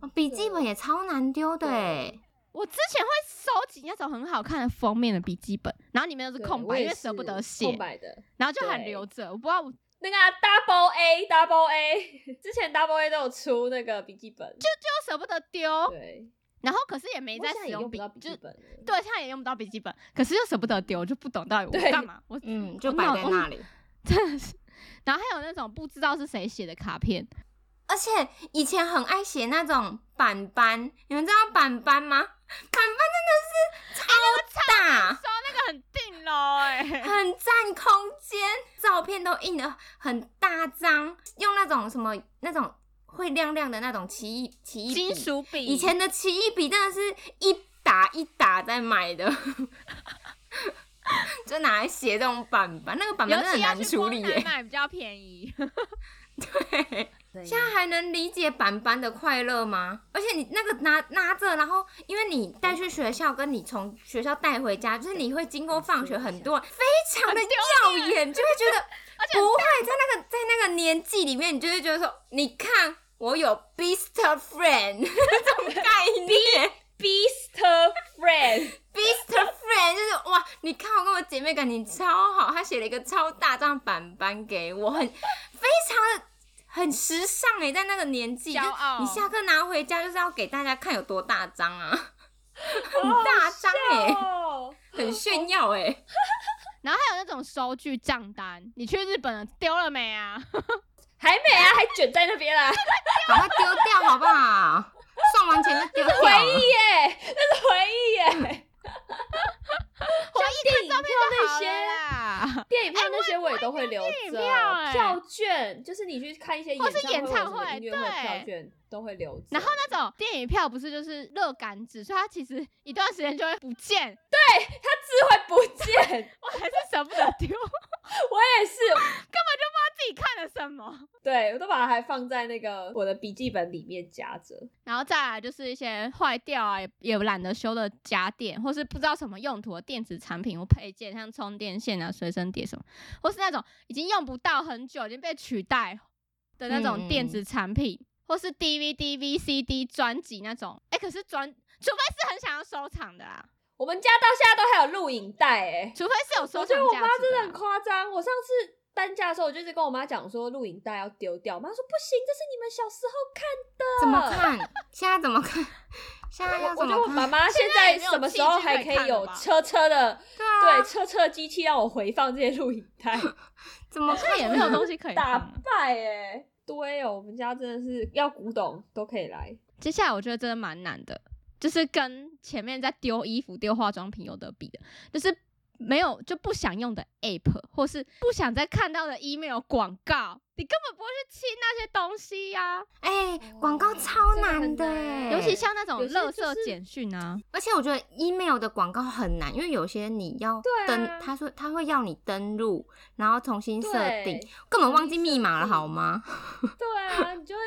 Speaker 5: 哦笔记本也超难丢的哎
Speaker 2: 对，
Speaker 1: 我之前会收集那种很好看的封面的笔记本，然后里面都是
Speaker 2: 对
Speaker 1: 空
Speaker 2: 我
Speaker 1: 白，
Speaker 2: 也
Speaker 1: 因为舍不
Speaker 2: 是
Speaker 1: 得
Speaker 2: 空
Speaker 1: 写，
Speaker 2: 白的。
Speaker 1: 然后就还
Speaker 2: 对
Speaker 1: 留着。我不知道我
Speaker 2: 那个啊、Double A Double A，之 前 Double A 都有出那个笔记本，就
Speaker 1: 就舍不得丢，
Speaker 2: 对，
Speaker 1: 然后可是也没
Speaker 2: 你
Speaker 1: 在
Speaker 2: 在
Speaker 1: 使用
Speaker 2: 不
Speaker 1: 笔
Speaker 2: 到，笔
Speaker 1: 就
Speaker 2: 记本了，
Speaker 1: 对，现在也用不到笔记本，可是又舍不得丢，就不懂到底我
Speaker 2: 对
Speaker 1: 干嘛。我
Speaker 5: 嗯，就摆在那里。
Speaker 1: 真的是。然后还有那种不知道是谁写的卡片，
Speaker 5: 而且以前很爱写那种板板，你们知道板板吗？板板
Speaker 1: 说那个很定咯哎、
Speaker 5: 真的是超大，很占空间，照片都印的很大张，用那种什么那种会亮亮的那种奇异奇异 笔
Speaker 1: 金。属笔。
Speaker 5: 以前的奇异笔真的是一打一打在买 的，就拿来写这种板板，那个板板
Speaker 1: 尤
Speaker 5: 真的很
Speaker 1: 其要
Speaker 5: 难
Speaker 1: 去
Speaker 5: 处
Speaker 1: 光
Speaker 5: 理
Speaker 1: 南
Speaker 5: 耶。
Speaker 1: 买比较便宜，
Speaker 5: 对。
Speaker 3: 对
Speaker 5: 现在还能理解板板的快乐吗？而且你那个拿拿着，然后因为你带去学校，跟你从学校带回家，就是你会经过放学，很多人非常的耀眼，就会觉得不会在那个在那个年纪里面，你就会觉得说，你看我有 Beast Friend 这种概念
Speaker 2: Beast Friend，
Speaker 5: ，Beast Friend 就是哇，你看我跟我姐妹感情超好，她写了一个超大张板板给我，很非常的。很时尚哎、在那个年纪，就
Speaker 1: 骄傲
Speaker 5: 你下课拿回家就是要给大家看有多大张啊，
Speaker 2: 很
Speaker 5: 大张哎、
Speaker 2: 哦，
Speaker 5: 很炫耀哎、
Speaker 1: 然后还有那种收据账单，你去日本了丢了没啊？
Speaker 2: 还美啊，还卷在那 边啦，
Speaker 5: 赶快丢掉好不好？送完钱就丢掉
Speaker 2: 回
Speaker 5: 了
Speaker 2: 忆。耶，那是回忆耶。
Speaker 1: 我嗯一看照片就好
Speaker 2: 像电影
Speaker 1: 了
Speaker 2: 票
Speaker 1: 啦，哎
Speaker 2: 电影票那些我也都会留
Speaker 1: 影
Speaker 2: 着，
Speaker 1: 票哎
Speaker 2: 票券就是你去看一些
Speaker 1: 或是演
Speaker 2: 唱
Speaker 1: 唱
Speaker 2: 会、
Speaker 1: 会
Speaker 2: 音乐会的票
Speaker 1: 对
Speaker 2: 券都会留着。
Speaker 1: 然后那种电影票不是就是热感纸，所以它其实一段时间就会不见，
Speaker 2: 字会不见，
Speaker 1: 我还是舍不得丢，
Speaker 2: 我也是，
Speaker 1: 根本就不知道自己己看了什么。
Speaker 2: 对我都把它还放在那个我的笔记本里面夹着。
Speaker 1: 然后再来就是一些坏掉啊，也也懒得修的家电，或是不知道什么用途的电子产品或配件，像充电线啊、随身碟什么，或是那种已经用不到很久、已经被取代的那种
Speaker 2: 嗯
Speaker 1: 电子产品，或是 DVD、VCD 专辑那种。哎，可是专，除非是很想要收藏的啦，
Speaker 2: 我们家到现在都还有录影带哎、
Speaker 1: 除非是有收
Speaker 2: 我
Speaker 1: 藏
Speaker 2: 觉
Speaker 1: 价值
Speaker 2: 得我妈真的
Speaker 1: 的啊
Speaker 2: 很
Speaker 1: 啦。
Speaker 2: 夸张。我上次搬家的时候，我就一直跟我妈讲说录影带要丢掉，我妈说不行，这是你们小时候看
Speaker 5: 怎么看？现在怎么看？现在要
Speaker 2: 我我
Speaker 5: 怎
Speaker 2: 觉得
Speaker 5: 么
Speaker 2: 我妈
Speaker 5: 看？
Speaker 2: 妈现
Speaker 1: 在
Speaker 2: 在
Speaker 1: 也没有
Speaker 2: 什么时候还可以有车车的
Speaker 5: 对啊，
Speaker 2: 对车车机器让我回放这些录影带？
Speaker 5: 怎么
Speaker 1: 现在
Speaker 5: 看
Speaker 1: 也没有东西可以
Speaker 2: 打
Speaker 1: 放。啊
Speaker 2: 败哎、对哦，我们家真的是要古董都可以来。
Speaker 1: 接下来我觉得真的蛮难的，就是跟前面在丢衣服、丢化妆品有得比的，就是没有就不想用的 app，或是不想再看到的 email 广告，你根本不会去亲那些东西呀、
Speaker 5: 哎，广告超
Speaker 3: 哦
Speaker 5: 难
Speaker 3: 这
Speaker 5: 的
Speaker 3: 个很
Speaker 5: 哎，
Speaker 3: 难
Speaker 1: 尤其像那种
Speaker 2: 有些就
Speaker 1: 垃圾
Speaker 2: 是
Speaker 1: 简讯 啊，
Speaker 5: 而且我觉得 email 的广告很难，因为有些你要
Speaker 2: 对
Speaker 5: 登，
Speaker 2: 啊
Speaker 5: 他说他会要你登录，然后重新设定
Speaker 2: 对，
Speaker 5: 根本忘
Speaker 2: 重
Speaker 5: 记
Speaker 2: 新
Speaker 5: 密
Speaker 2: 设
Speaker 5: 码了
Speaker 2: 定
Speaker 5: 好吗？
Speaker 2: 对啊，你就会。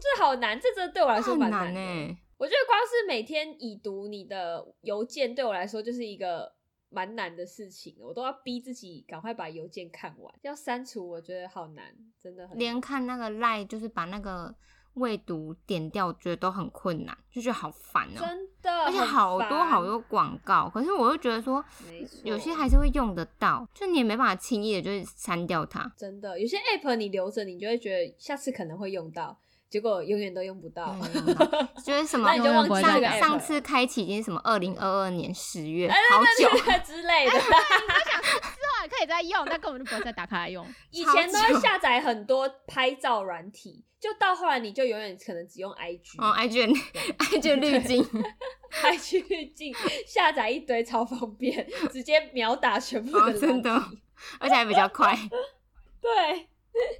Speaker 2: 这好难，这真的对我来说
Speaker 5: 很
Speaker 2: 蛮
Speaker 5: 难
Speaker 2: 的。
Speaker 5: 哎，
Speaker 2: 我觉得光是每天已读你的邮件，对我来说就是一个蛮难的事情，我都要逼自己赶快把邮件看完。要删除，我觉得好难，真的很难
Speaker 5: 连看那个赖就是把那个未读点掉，觉得都很困难，就觉得好烦哦。
Speaker 2: 真的，
Speaker 5: 而且好多好多，广告，可是我又觉得说，
Speaker 2: 没错，
Speaker 5: 有些还是会用得到，就你也没办法轻易的就是删掉它。
Speaker 2: 真的有些 app 你留着，你就会觉得下次可能会用到，结果永远都用不到。
Speaker 5: 嗯用 不 到就是什么
Speaker 2: 哦那你就忘记
Speaker 1: 这
Speaker 5: 上
Speaker 1: 个 app
Speaker 5: 上次开启已经是什么二零二二年十月，
Speaker 2: 哎
Speaker 5: 好久。
Speaker 2: 之类 的，
Speaker 1: 之后也可以再用，但根本就不会再打开来用。
Speaker 2: 以前都会下载很多拍照软体，就到后来你就永远可能只用
Speaker 1: 嗯
Speaker 2: IG，
Speaker 5: 哦，IG 的 IG 的滤镜，
Speaker 2: 还去进下载一堆超方便，直接秒打全部的
Speaker 5: 哦
Speaker 2: 软体、
Speaker 5: 真的而且还比 较快，
Speaker 2: 对，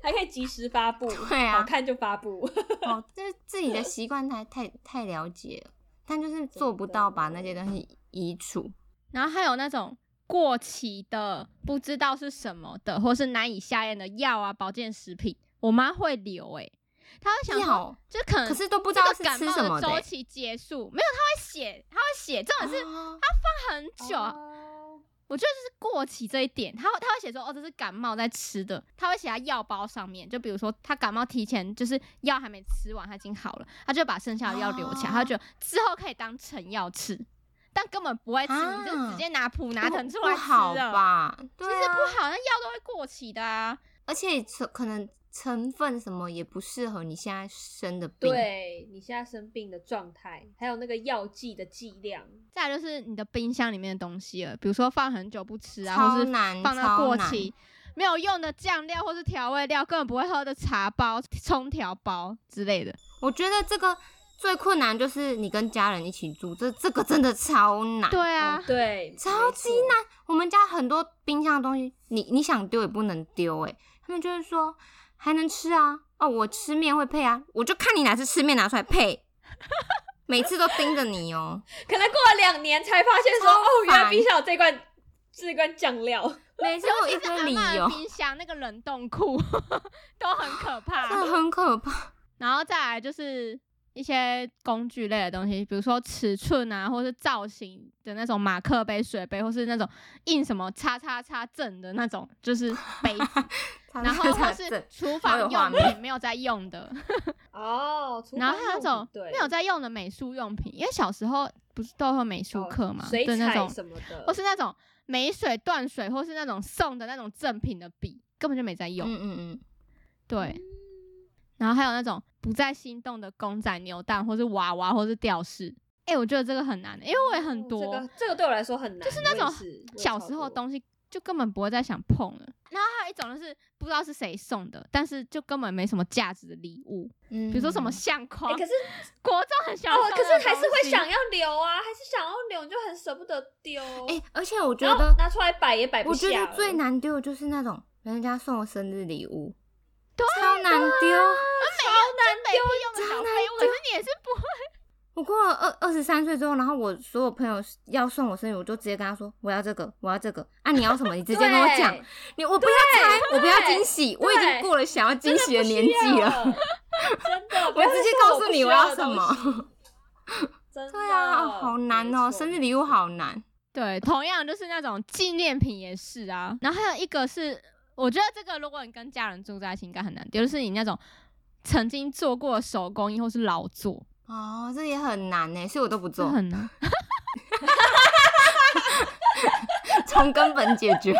Speaker 2: 还可以及时发布，
Speaker 5: 对啊
Speaker 2: 好看就发布。
Speaker 5: 哦，就是自己的习惯太太太了解了，但就是做不到把那些东西移除。
Speaker 1: 然后还有那种过期的，不知道是什么的，或是难以下咽的药啊、保健食品，我妈会留诶、她会想说，嗯
Speaker 5: 药
Speaker 1: 就可能
Speaker 5: 可是都不
Speaker 1: 不
Speaker 5: 知道是吃什么
Speaker 1: 周
Speaker 5: 欸
Speaker 1: 期结束，没有，她会写，她会写，重点是
Speaker 5: 哦
Speaker 1: 她很久，啊
Speaker 2: 哦
Speaker 1: 我觉得就是过期这一点，她会她会写说，哦，这是感冒在吃的，她会写在药包上面，就比如说她感冒提前就是药还没吃完，她已经好了，她就把剩下的药留起来，
Speaker 5: 哦
Speaker 1: 她就觉得之后可以当成药吃。但根本不会吃，你就
Speaker 5: 啊
Speaker 1: 直接拿普拿
Speaker 5: 不
Speaker 1: 疼出来
Speaker 5: 不
Speaker 1: 吃
Speaker 5: 好
Speaker 1: 了。
Speaker 5: 吧？对
Speaker 1: 其实
Speaker 5: 啊，
Speaker 1: 不好，那药都会过期的啊。
Speaker 5: 而且成可能成分什么也不适合你现在生的病。
Speaker 2: 对你现在生病的状态，还有那个药剂的剂量，
Speaker 1: 再来就是你的冰箱里面的东西了，比如说放很久不吃啊，
Speaker 5: 超
Speaker 1: 或是
Speaker 5: 难
Speaker 1: 放到过
Speaker 5: 嗯超
Speaker 1: 期没有用的酱料或是调味料，根本不会喝的茶包、冲调包之类的。
Speaker 5: 我觉得这个最困难就是你跟家人一起住，这这个真的超难。
Speaker 1: 对啊
Speaker 2: 哦，对，
Speaker 5: 超级
Speaker 2: 没错
Speaker 5: 难。我们家很多冰箱的东西，你你想丢也不能丢哎、他们就是说还能吃啊，哦，我吃面会配啊，我就看你哪次吃面拿出来配，每次都盯着你哦、
Speaker 2: 可能过了两年才发现说，
Speaker 5: 超
Speaker 2: 哦，原来
Speaker 5: 烦
Speaker 2: 冰箱有这罐这罐酱料，
Speaker 5: 每次
Speaker 1: 尤
Speaker 5: 都有
Speaker 1: 其
Speaker 5: 一
Speaker 1: 是
Speaker 5: 堆
Speaker 1: 阿
Speaker 5: 理
Speaker 1: 嬷 的
Speaker 5: 由，
Speaker 1: 冰箱那个冷冻库 都很可 怕。
Speaker 5: 真的很可怕。
Speaker 1: 然后再来就是一些工具类的东西，比如说尺寸啊，或是造型的那种马克杯、水杯，或是那种印什么叉叉叉正的那种，就是杯 子。然后或是厨
Speaker 5: 好有
Speaker 1: 房
Speaker 5: 画
Speaker 1: 用
Speaker 5: 面
Speaker 1: 品没有在用的，
Speaker 2: 哦，厨
Speaker 1: 然后
Speaker 2: 房
Speaker 1: 还有那
Speaker 2: 用
Speaker 1: 种
Speaker 2: 品对
Speaker 1: 没有在用的美术用品，因为小时候不是都会有美术
Speaker 2: 哦
Speaker 1: 课嘛，
Speaker 2: 水
Speaker 1: 对那
Speaker 2: 彩
Speaker 1: 种，
Speaker 2: 什么的，
Speaker 1: 或是那种美水、断水，或是那种送的那种赠品的笔，根本就没在用。
Speaker 5: 嗯嗯嗯，
Speaker 1: 对，然后还有那种不再心动的公仔、扭蛋，或是娃娃，或是吊饰。哎、我觉得这个很难，因为我也很多、
Speaker 2: 哦这个这个对我来说很难，
Speaker 1: 就是那种
Speaker 2: 我也是
Speaker 1: 小时候的，东西就根本不会再想碰了。然后还有一种就是不知道是谁送的，但是就根本没什么价值的礼物，
Speaker 5: 嗯
Speaker 1: 比如说什么相
Speaker 2: 我
Speaker 1: 框。
Speaker 2: 也差不多哎可是
Speaker 1: 国中很想
Speaker 2: 哦，
Speaker 1: 送
Speaker 2: 可
Speaker 1: 那个
Speaker 2: 是还是
Speaker 1: 东
Speaker 2: 会
Speaker 1: 西
Speaker 2: 想要留啊，还是想要留，你就很舍不得丢，
Speaker 5: 哎、而且我觉
Speaker 2: 然后
Speaker 5: 得，
Speaker 2: 拿出来摆也摆不
Speaker 5: 我
Speaker 2: 下
Speaker 5: 觉
Speaker 2: 了，
Speaker 5: 得最难丢的就是那种人家送我生日礼物，超难丢。
Speaker 1: 没有就没屁用的小
Speaker 5: 超
Speaker 1: 废
Speaker 5: 难
Speaker 1: 物，可是你也是不会
Speaker 5: 我过了二二十三岁之后，然后我所有朋友要送我生日，我就直接跟他说我要这个，我要这个啊，你要什么你直接跟我讲，
Speaker 3: 对
Speaker 5: 你我不要猜，我不要
Speaker 2: 对
Speaker 5: 惊喜，我已经过了想要惊喜的年纪 了，
Speaker 2: 了，真的，不
Speaker 5: 我
Speaker 2: 要
Speaker 5: 直
Speaker 2: 再
Speaker 5: 接
Speaker 2: 送
Speaker 5: 告
Speaker 2: 我
Speaker 5: 诉
Speaker 2: 不
Speaker 5: 你
Speaker 2: 需
Speaker 5: 我
Speaker 2: 要
Speaker 5: 要
Speaker 2: 的
Speaker 5: 什
Speaker 2: 东
Speaker 5: 么
Speaker 2: 西，真的，
Speaker 5: 对啊，哦好难哦，生日礼物好难。
Speaker 1: 对，同样就是那种纪念品也是啊。然后还有一个是，我觉得这个如果你跟家人住在一起，应该很难丢，就是你那种曾经做过的手工艺或是劳作，
Speaker 5: 哦，这也很难呢，所以我都不
Speaker 1: 这
Speaker 5: 做，
Speaker 1: 很难。
Speaker 5: 从根本解 决。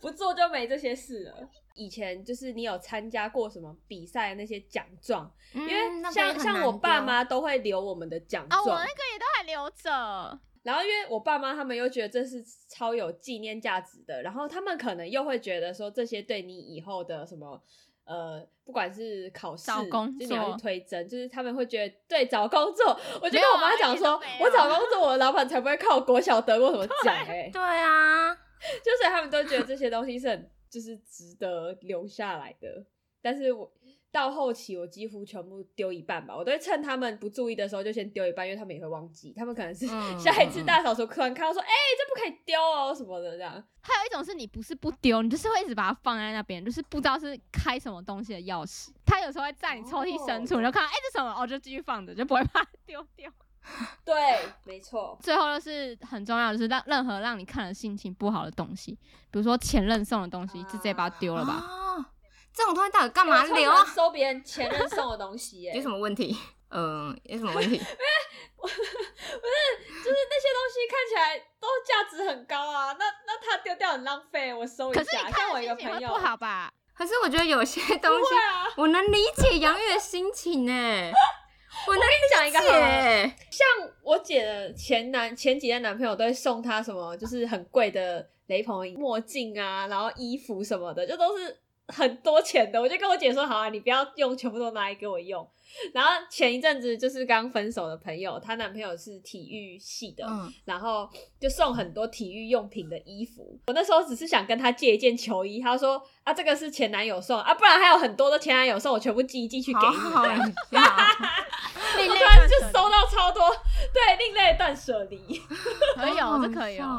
Speaker 2: 不做就没这些事了。以前就是你有参加过什么比赛的那些奖状，
Speaker 5: 因
Speaker 2: 因为像、像我爸妈都会留我们的奖
Speaker 1: 啊，我
Speaker 2: 状，
Speaker 1: 那个也都还留着。
Speaker 2: 然后因为我爸妈他们又觉得这是超有纪念价值的，然后他们可能又会觉得说这些对你以后的什么。呃，不管是考试，
Speaker 1: 找工
Speaker 2: 就是你要
Speaker 1: 作
Speaker 2: 去推甄，就是他们会觉得对找工作，我就
Speaker 1: 没
Speaker 2: 跟
Speaker 1: 有
Speaker 2: 我
Speaker 1: 啊
Speaker 2: 妈讲
Speaker 1: 一点都
Speaker 2: 说
Speaker 1: 没，有啊
Speaker 2: 我找工作，我的老板才不会看我国小得过什么奖哎、欸，
Speaker 5: 对啊，
Speaker 2: 就是他们都觉得这些东西是很就是值得留下来的。但是我到后期我几乎全部丢一半吧，我都会趁他们不注意的时候就先丢一半，因为他们也会忘记，他们可能是
Speaker 5: 嗯
Speaker 2: 下一次大扫除突然看到说，哎、这不可以丢哦什么的这样。
Speaker 1: 还有一种是你不是不丢，你就是会一直把它放在那边，就是不知道是开什么东西的钥匙。它有时候会在你抽屉深处，你就看到哎、这什么，哦就继续放着，就不会把它丢掉。
Speaker 2: 对，没错，
Speaker 1: 最后就是很重要，就是让任何让你看了心情不好的东西，比如说前任送的东西，就直接
Speaker 2: 啊
Speaker 1: 把它丢了吧。
Speaker 5: 哦，这种东西到底干嘛
Speaker 2: 我超
Speaker 5: 留
Speaker 2: 常
Speaker 5: 啊？
Speaker 2: 收别人前任送的东西、 耶，
Speaker 5: 有什么问题？嗯、有什么问题？
Speaker 2: 就是那些东西看起来都价值很高啊，那那他丢掉很浪费，我收一下。
Speaker 1: 可是你看
Speaker 2: 像我
Speaker 1: 了
Speaker 2: 一个
Speaker 1: 心情
Speaker 2: 朋
Speaker 1: 会
Speaker 2: 友，
Speaker 1: 不好吧？
Speaker 5: 可是我觉得有些东
Speaker 2: 不
Speaker 5: 西
Speaker 2: 会，啊，
Speaker 5: 我能理解杨月的心情哎，我能理
Speaker 2: 讲一个好了。
Speaker 5: 解。
Speaker 2: 像我姐的前男前几任男朋友都会送她什么，就是很贵的雷朋墨镜啊，然后衣服什么的，就都是很多钱的。我就跟我姐说，好啊，你不要用，全部都拿来给我用。然后前一阵子就是刚分手的朋友，她男朋友是体育系的，
Speaker 5: 嗯，
Speaker 2: 然后就送很多体育用品的衣服。我那时候只是想跟她借一件球衣，她说啊，这个是前男友送啊，不然还有很多都前男友送，我全部寄一寄去给
Speaker 5: 好
Speaker 2: 你。
Speaker 5: 好笑。
Speaker 1: 另
Speaker 2: 我
Speaker 1: 类
Speaker 2: 突然
Speaker 1: 断
Speaker 2: 就
Speaker 1: 舍离
Speaker 2: 收到超多对另类的断舍离，
Speaker 1: 可以哦，这可以哦。。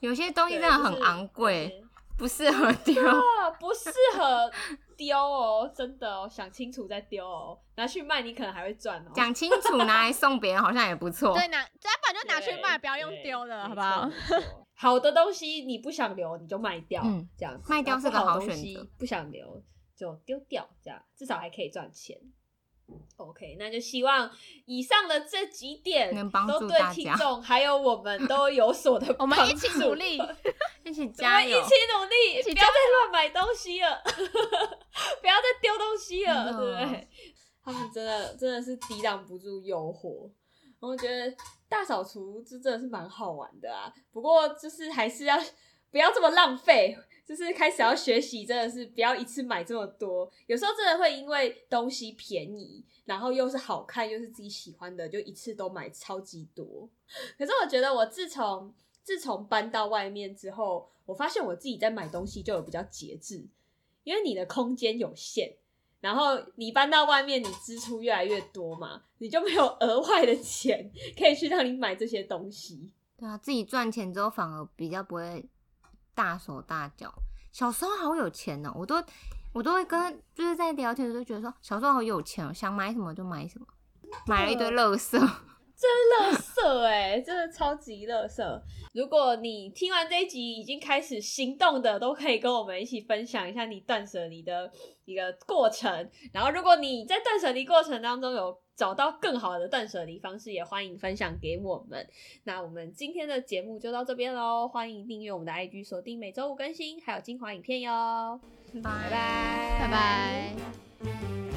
Speaker 5: 有些东西真的很昂贵，不适合 丢。
Speaker 2: 啊，不适合丢哦，真的哦，想清楚再丢哦，拿去卖你可能还会赚哦。
Speaker 5: 讲清楚，拿来送别人好像也不错。
Speaker 1: 对，拿，要不然就拿去
Speaker 2: 对
Speaker 1: 卖，不要用
Speaker 2: 对
Speaker 1: 丢的，
Speaker 2: 没
Speaker 1: 好不好？
Speaker 2: 错？没错好的东西你不想留，你就卖掉，
Speaker 5: 嗯
Speaker 2: 这样子
Speaker 5: 卖掉是个
Speaker 2: 然后
Speaker 5: 好
Speaker 2: 不的
Speaker 5: 选
Speaker 2: 东西
Speaker 5: 择
Speaker 2: 不想留就丢掉，这样至少还可以赚钱。OK，那就希望以上的这几点
Speaker 5: 能帮
Speaker 2: 都
Speaker 5: 助
Speaker 2: 对
Speaker 5: 大
Speaker 2: 听
Speaker 5: 家
Speaker 2: 众还有我们都有所的
Speaker 1: 我们一起
Speaker 2: 帮助
Speaker 1: 努 力
Speaker 5: 一起
Speaker 2: 我们
Speaker 5: 加
Speaker 2: 一
Speaker 5: 油
Speaker 2: 起！努力，
Speaker 1: 一起
Speaker 2: 不要再乱买东西了， 不要再丢东西了，
Speaker 5: 真的啊
Speaker 2: 对不对？他们真的真的是抵挡不住诱惑，我觉得大扫除这真的是蛮好玩的啊。不过就是还是要 不要这么浪费，就是开始要学习，真的是不要一次买这么多。有时候真的会因为东西便宜，然后又是好看又是自己喜欢的，就一次都买超级多。可是我觉得我自从自从搬到外面之后，我发现我自己在买东西就有比较节制，因为你的空间有限，然后你搬到外面，你支出越来越多嘛，你就没有额外的钱可以去让你买这些东西。
Speaker 5: 对啊，自己赚钱之后反而比较不会大手大脚。小时候好有钱哦呢、我都我都会跟就是在聊天的时候觉得说，小时候好有钱、哦，想买什么就买什么，买了一堆垃圾。
Speaker 2: 乐色哎， 真的超级乐色！如果你听完这一集已经开始行动的，都可以跟我们一起分享一下你断舍离的一个过程。然后，如果你在断舍离过程当中有找到更好的断舍离方式，也欢迎分享给我们。那我们今天的节目就到这边喽，欢迎订阅我们的 IG，锁定每周五更新，还有精华影片哟，拜拜，
Speaker 1: 拜拜。